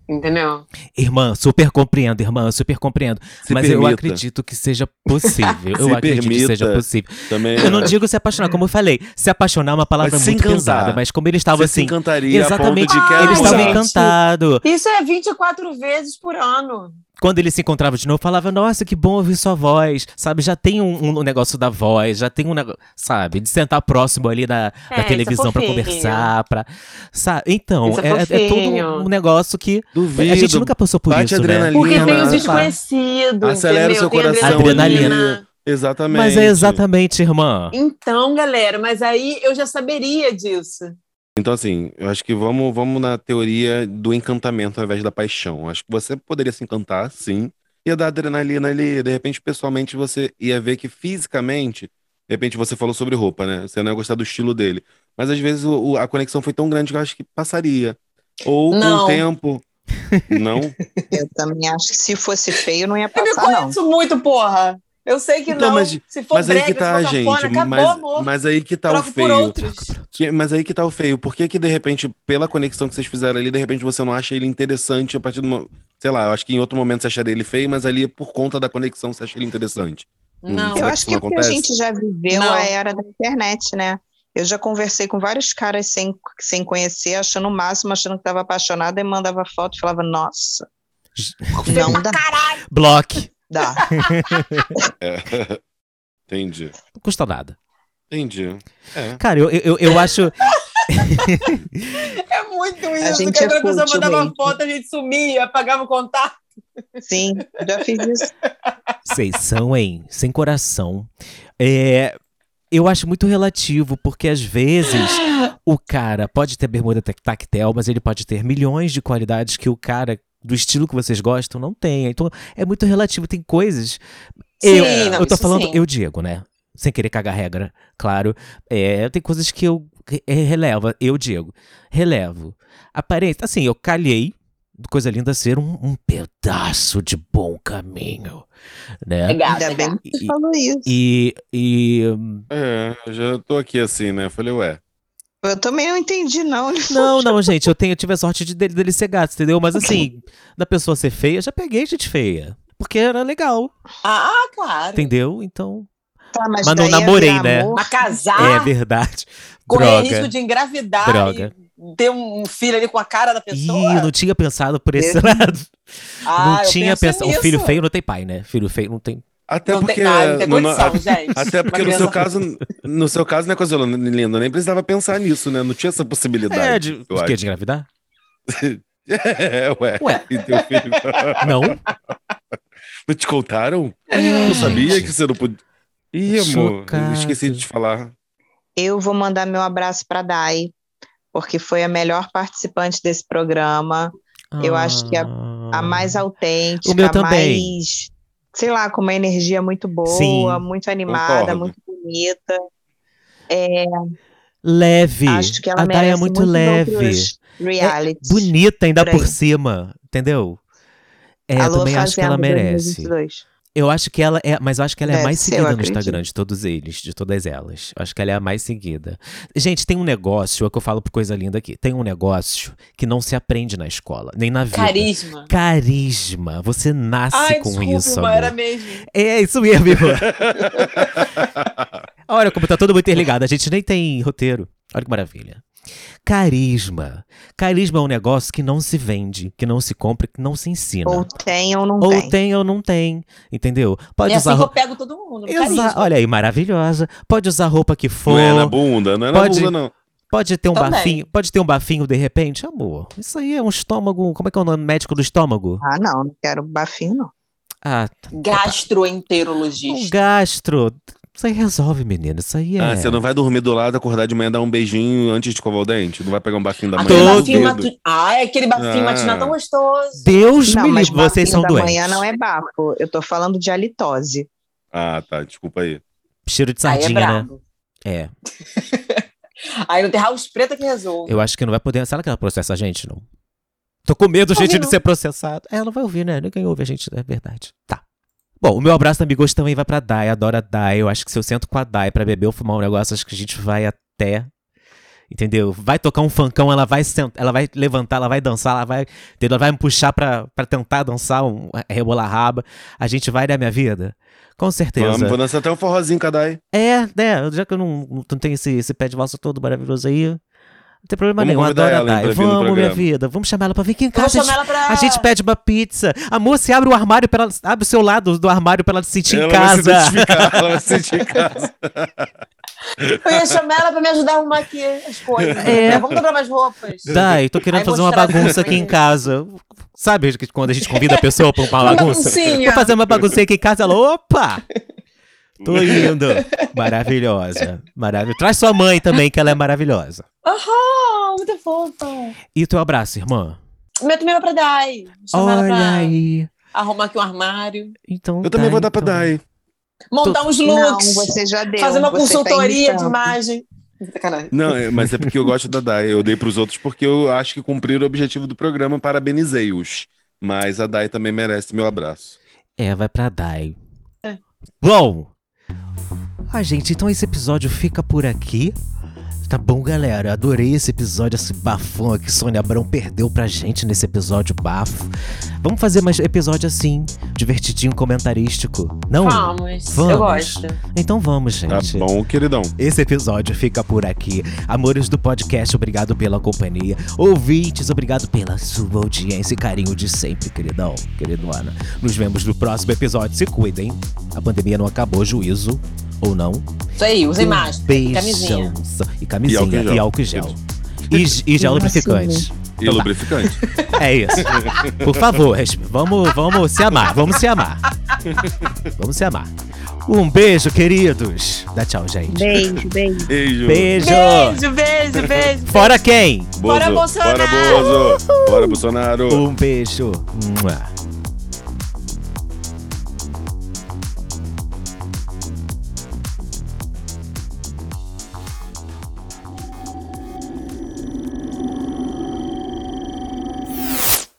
Entendeu? Irmã, super compreendo, irmã, super compreendo. Se Mas eu permita. acredito que seja possível. Eu Se acredito que seja permita. possível. Também. é. Eu não digo se apaixonar, como eu falei. Se apaixonar é uma palavra Mas se muito encantar. pesada, mas como ele estava Você se assim. encantaria Exatamente. a ponto de um Ah, quero Ele estava gente. usar. encantado. Isso é 24 vezes por ano. Quando ele se encontrava de novo, falava: Nossa, que bom ouvir sua voz. Sabe, já tem um, um negócio da voz, já tem um negócio, sabe, de sentar próximo ali da, da É, isso é televisão pra fofinho. conversar. Pra, sabe? Então, Isso é é, é todo fofinho. um, um negócio que Duvido. a gente nunca passou por Bate isso. Né? adrenalina. Porque tem né? os desconhecidos, Acelera entendeu? o seu Tem coração Adrenalina. ali. Exatamente. Mas é exatamente, irmã. Então, galera, mas aí eu já saberia disso. Então, assim, eu acho que vamos, vamos na teoria do encantamento ao invés da paixão. Acho que você poderia se encantar, sim. Ia dar adrenalina ali, de repente, pessoalmente, você ia ver que fisicamente, de repente, você falou sobre roupa, né? Você não ia gostar do estilo dele. Mas às vezes o- o- a conexão foi tão grande que eu acho que passaria. Ou com Não. o tempo. Não? Eu também acho que se fosse feio, não ia Eu me passar, não. conheço muito, porra. Eu sei que Então, não. mas- se for Mas aí brega, que tá, se for cafona, gente. acabou, Mas, amor. mas aí que tá o Troco por feio. outros. Que- Mas aí que tá o feio. Por que que, de repente, pela conexão que vocês fizeram ali, de repente você não acha ele interessante a partir do... mo- Sei lá, eu acho que em outro momento você acharia ele feio, mas ali por conta da conexão você acha ele interessante. Não. Será Eu que acho isso que é não porque a acontece? gente já viveu Não. a era da internet, né? Eu já conversei com vários caras sem, sem conhecer, achando o máximo, achando que estava apaixonada, e mandava foto e falava, nossa, não dá. Block. dá. Entendi. Não custa nada. Entendi. É. Cara, eu, eu, eu acho. É muito isso. gente que é agora a pessoa fútil mandava mesmo. foto, a gente sumia, apagava o contato. Sim, já fiz isso. Vocês são, hein? Sem coração. É, eu acho muito relativo, porque às vezes o cara pode ter bermuda tac- tactel, mas ele pode ter milhões de qualidades que o cara do estilo que vocês gostam não tem. Então é muito relativo. Tem coisas. Sim, eu, não, eu tô isso falando, sim. eu digo, né? Sem querer cagar regra, claro. É, tem coisas que eu re- relevo, eu digo. Relevo. Aparência. Assim, eu calhei. Coisa linda ser um, um pedaço de bom caminho. É. Né? Tá, Ainda bem que você E- falou isso. E, e. É, eu já tô aqui assim, né? Eu Falei, ué. Eu também não entendi, não. Não, não, gente, eu, tenho, eu tive a sorte de, dele, dele ser gato, entendeu? Mas assim, da pessoa ser feia, eu já peguei gente feia. Porque era legal, Ah, claro. entendeu? Então. Tá, mas Mas não daí é namorei, virar né? amor. Mas É casar, verdade. correr Droga. risco de engravidar Droga. e ter um filho ali com a cara da Ih, pessoa. não tinha pensado por esse Deus. lado. Ah, não eu tinha penso pensado. nisso. Um filho feio não tem pai, né? Filho feio não tem. Até Não porque. tem, ah, não tem no- no- condição, é. gente. até porque Uma no seu criança- caso, no seu caso, né, coisa linda, nem precisava pensar nisso, né? Não tinha essa possibilidade. É, de. eu O quê? acho. De engravidar? É, ué. Ué. E teu filho? Não. Não te contaram? Não sabia que você não podia. Ih, amor, Chocado. esqueci de te falar. Eu vou mandar meu abraço para Dai, porque foi a melhor participante desse programa, Eu acho que a mais autêntica, Ah. O meu a também. mais, sei lá, com uma energia muito boa, Sim, muito animada, concordo. muito bonita. Leve. Acho que ela a Dai merece é muito leve. É outros realities. Bonita ainda Por aí. por cima, entendeu? É, eu Alô, também acho que ela Fazenda merece. 2022. Eu acho que ela é. Mas eu acho que ela é a Deve mais ser, seguida eu no acredito. Instagram de todos eles, de todas elas. Eu acho que ela é a mais seguida. Gente, tem um negócio, é o que eu falo por coisa linda aqui. Tem um negócio que não se aprende na escola, nem na vida. Carisma. Carisma. Você nasce Ai, com desculpa, isso, irmã, amor. era mesmo. É isso mesmo, irmã. Olha como tá todo mundo interligado. A gente nem tem roteiro. Olha que maravilha. Carisma. Carisma é um negócio que não se vende, que não se compra, que não se ensina. Ou tem ou não Ou tem. tem ou não tem, entendeu? Pode É assim usar que eu roupa. pego todo mundo. no Exa- Carisma. Olha aí, maravilhosa. Pode usar roupa que for. Não é na bunda, não é na Pode- bunda, não. Pode ter um Também. bafinho. Pode ter um bafinho de repente, amor. Isso aí é um estômago. Como é que é o nome médico do estômago? Ah, não, não quero bafinho, não. Ah, um Gastroenterologista. gastro. Isso aí resolve, menino. Isso aí é. Ah, você não vai dormir do lado, acordar de manhã, dar um beijinho antes de escovar o dente? Não vai pegar um bafinho da Aquele manhã? no bafinho dedo? matu... Ai, aquele bafinho Ah. matinal tão gostoso. Deus não, me mas livre, vocês bafinho são da doentes. manhã não é bafo. Eu tô falando de halitose. Ah, tá, desculpa aí. Cheiro de Aí é sardinha, né? brabo. É. Aí não tem house preta é que resolve. Eu acho que não vai poder. Será que ela processa a gente, não? Tô com medo, Tá Não, gente, de não. ser processado. Ela vai ouvir, né? Ninguém ouve a gente, é verdade. Tá. Bom, o meu abraço amigo hoje também vai pra Dai. Adoro a Dai. Eu acho que se eu sento com a Dai pra beber ou fumar um negócio, acho que a gente vai até. Entendeu? Vai tocar um funkão, ela vai sentar, ela vai levantar, ela vai dançar, ela vai. Entendeu? Ela vai me puxar pra, pra tentar dançar, um, rebolar a raba. A gente vai, né, minha vida? Com certeza. Vamos, vou dançar até um forrozinho, Kadai. É, né? Já que eu não, não tenho esse, esse pé de valsa todo maravilhoso aí, não tem problema Vamos nenhum. convidar Adoro a ela, hein, Dai. pra vir no Vamos, minha programa. vida. Vamos chamar ela pra vir aqui em Eu vou casa. A chamar gente, ela pra... a gente pede uma pizza. Amor, se abre o armário, pra ela, abre o seu lado do armário pra ela se sentir ela em Vai casa. se identificar, ela vai se sentir em casa. Eu ia chamar ela pra me ajudar a arrumar aqui as coisas. É. Né? Vamos comprar mais roupas. Dai, tô querendo Aí fazer uma mostrar pra bagunça aqui em mim. casa. Sabe que quando a gente convida a pessoa pra uma Uma bagunça? baguncinha. Vou fazer uma baguncinha aqui em casa. Ela, opa! Tô indo. Maravilhosa. Maravilhosa. Traz sua mãe também, que ela é maravilhosa. Aham, muito fofa. E o teu abraço, irmã? Meu também vai pra Dai. Vou Chamar ela Olha pra aí. arrumar aqui um armário. Então Eu também tá, vou dar pra então. Dai. Montar uns Não, looks. você já deu. fazer uma você tá consultoria de imitando. imagem. Sacanagem. Não, é- mas é porque eu gosto da Dai. Eu dei pros outros porque eu acho que cumpriram o objetivo do programa, parabenizei-os. Mas a Dai também merece meu abraço. É, vai pra Dai. Bom! Ah, gente, então esse episódio fica por aqui. Tá bom, galera. Adorei esse episódio, esse bafão que Sônia Abrão perdeu pra gente nesse episódio bafo. Vamos fazer mais episódio assim, divertidinho, comentarístico. Não? Vamos. Vamos. Eu gosto. Então vamos, Tá gente. bom, queridão? Esse episódio fica por aqui. Amores do podcast, obrigado pela companhia. Ouvintes, obrigado pela sua audiência e carinho de sempre, queridão, queridona. Nos vemos no próximo episódio. Se cuidem. A pandemia não acabou, juízo. Ou não. Isso aí, usem máscara. Beijão. Camisinha. E camisinha. E álcool E em gel. álcool em gel. E, ge- e gel Nossa, né? lubrificante. E lubrificante. É isso. Por favor, respe- vamos, vamos se amar. Vamos se amar. Vamos se amar. Um beijo, queridos. Dá tchau, gente. Beijo, beijo. Beijo. beijo. Beijo, beijo, beijo. Fora quem? Bozo. Bora, Bolsonaro! Bora, Bozo! Bora, Bolsonaro! Um beijo. Mua.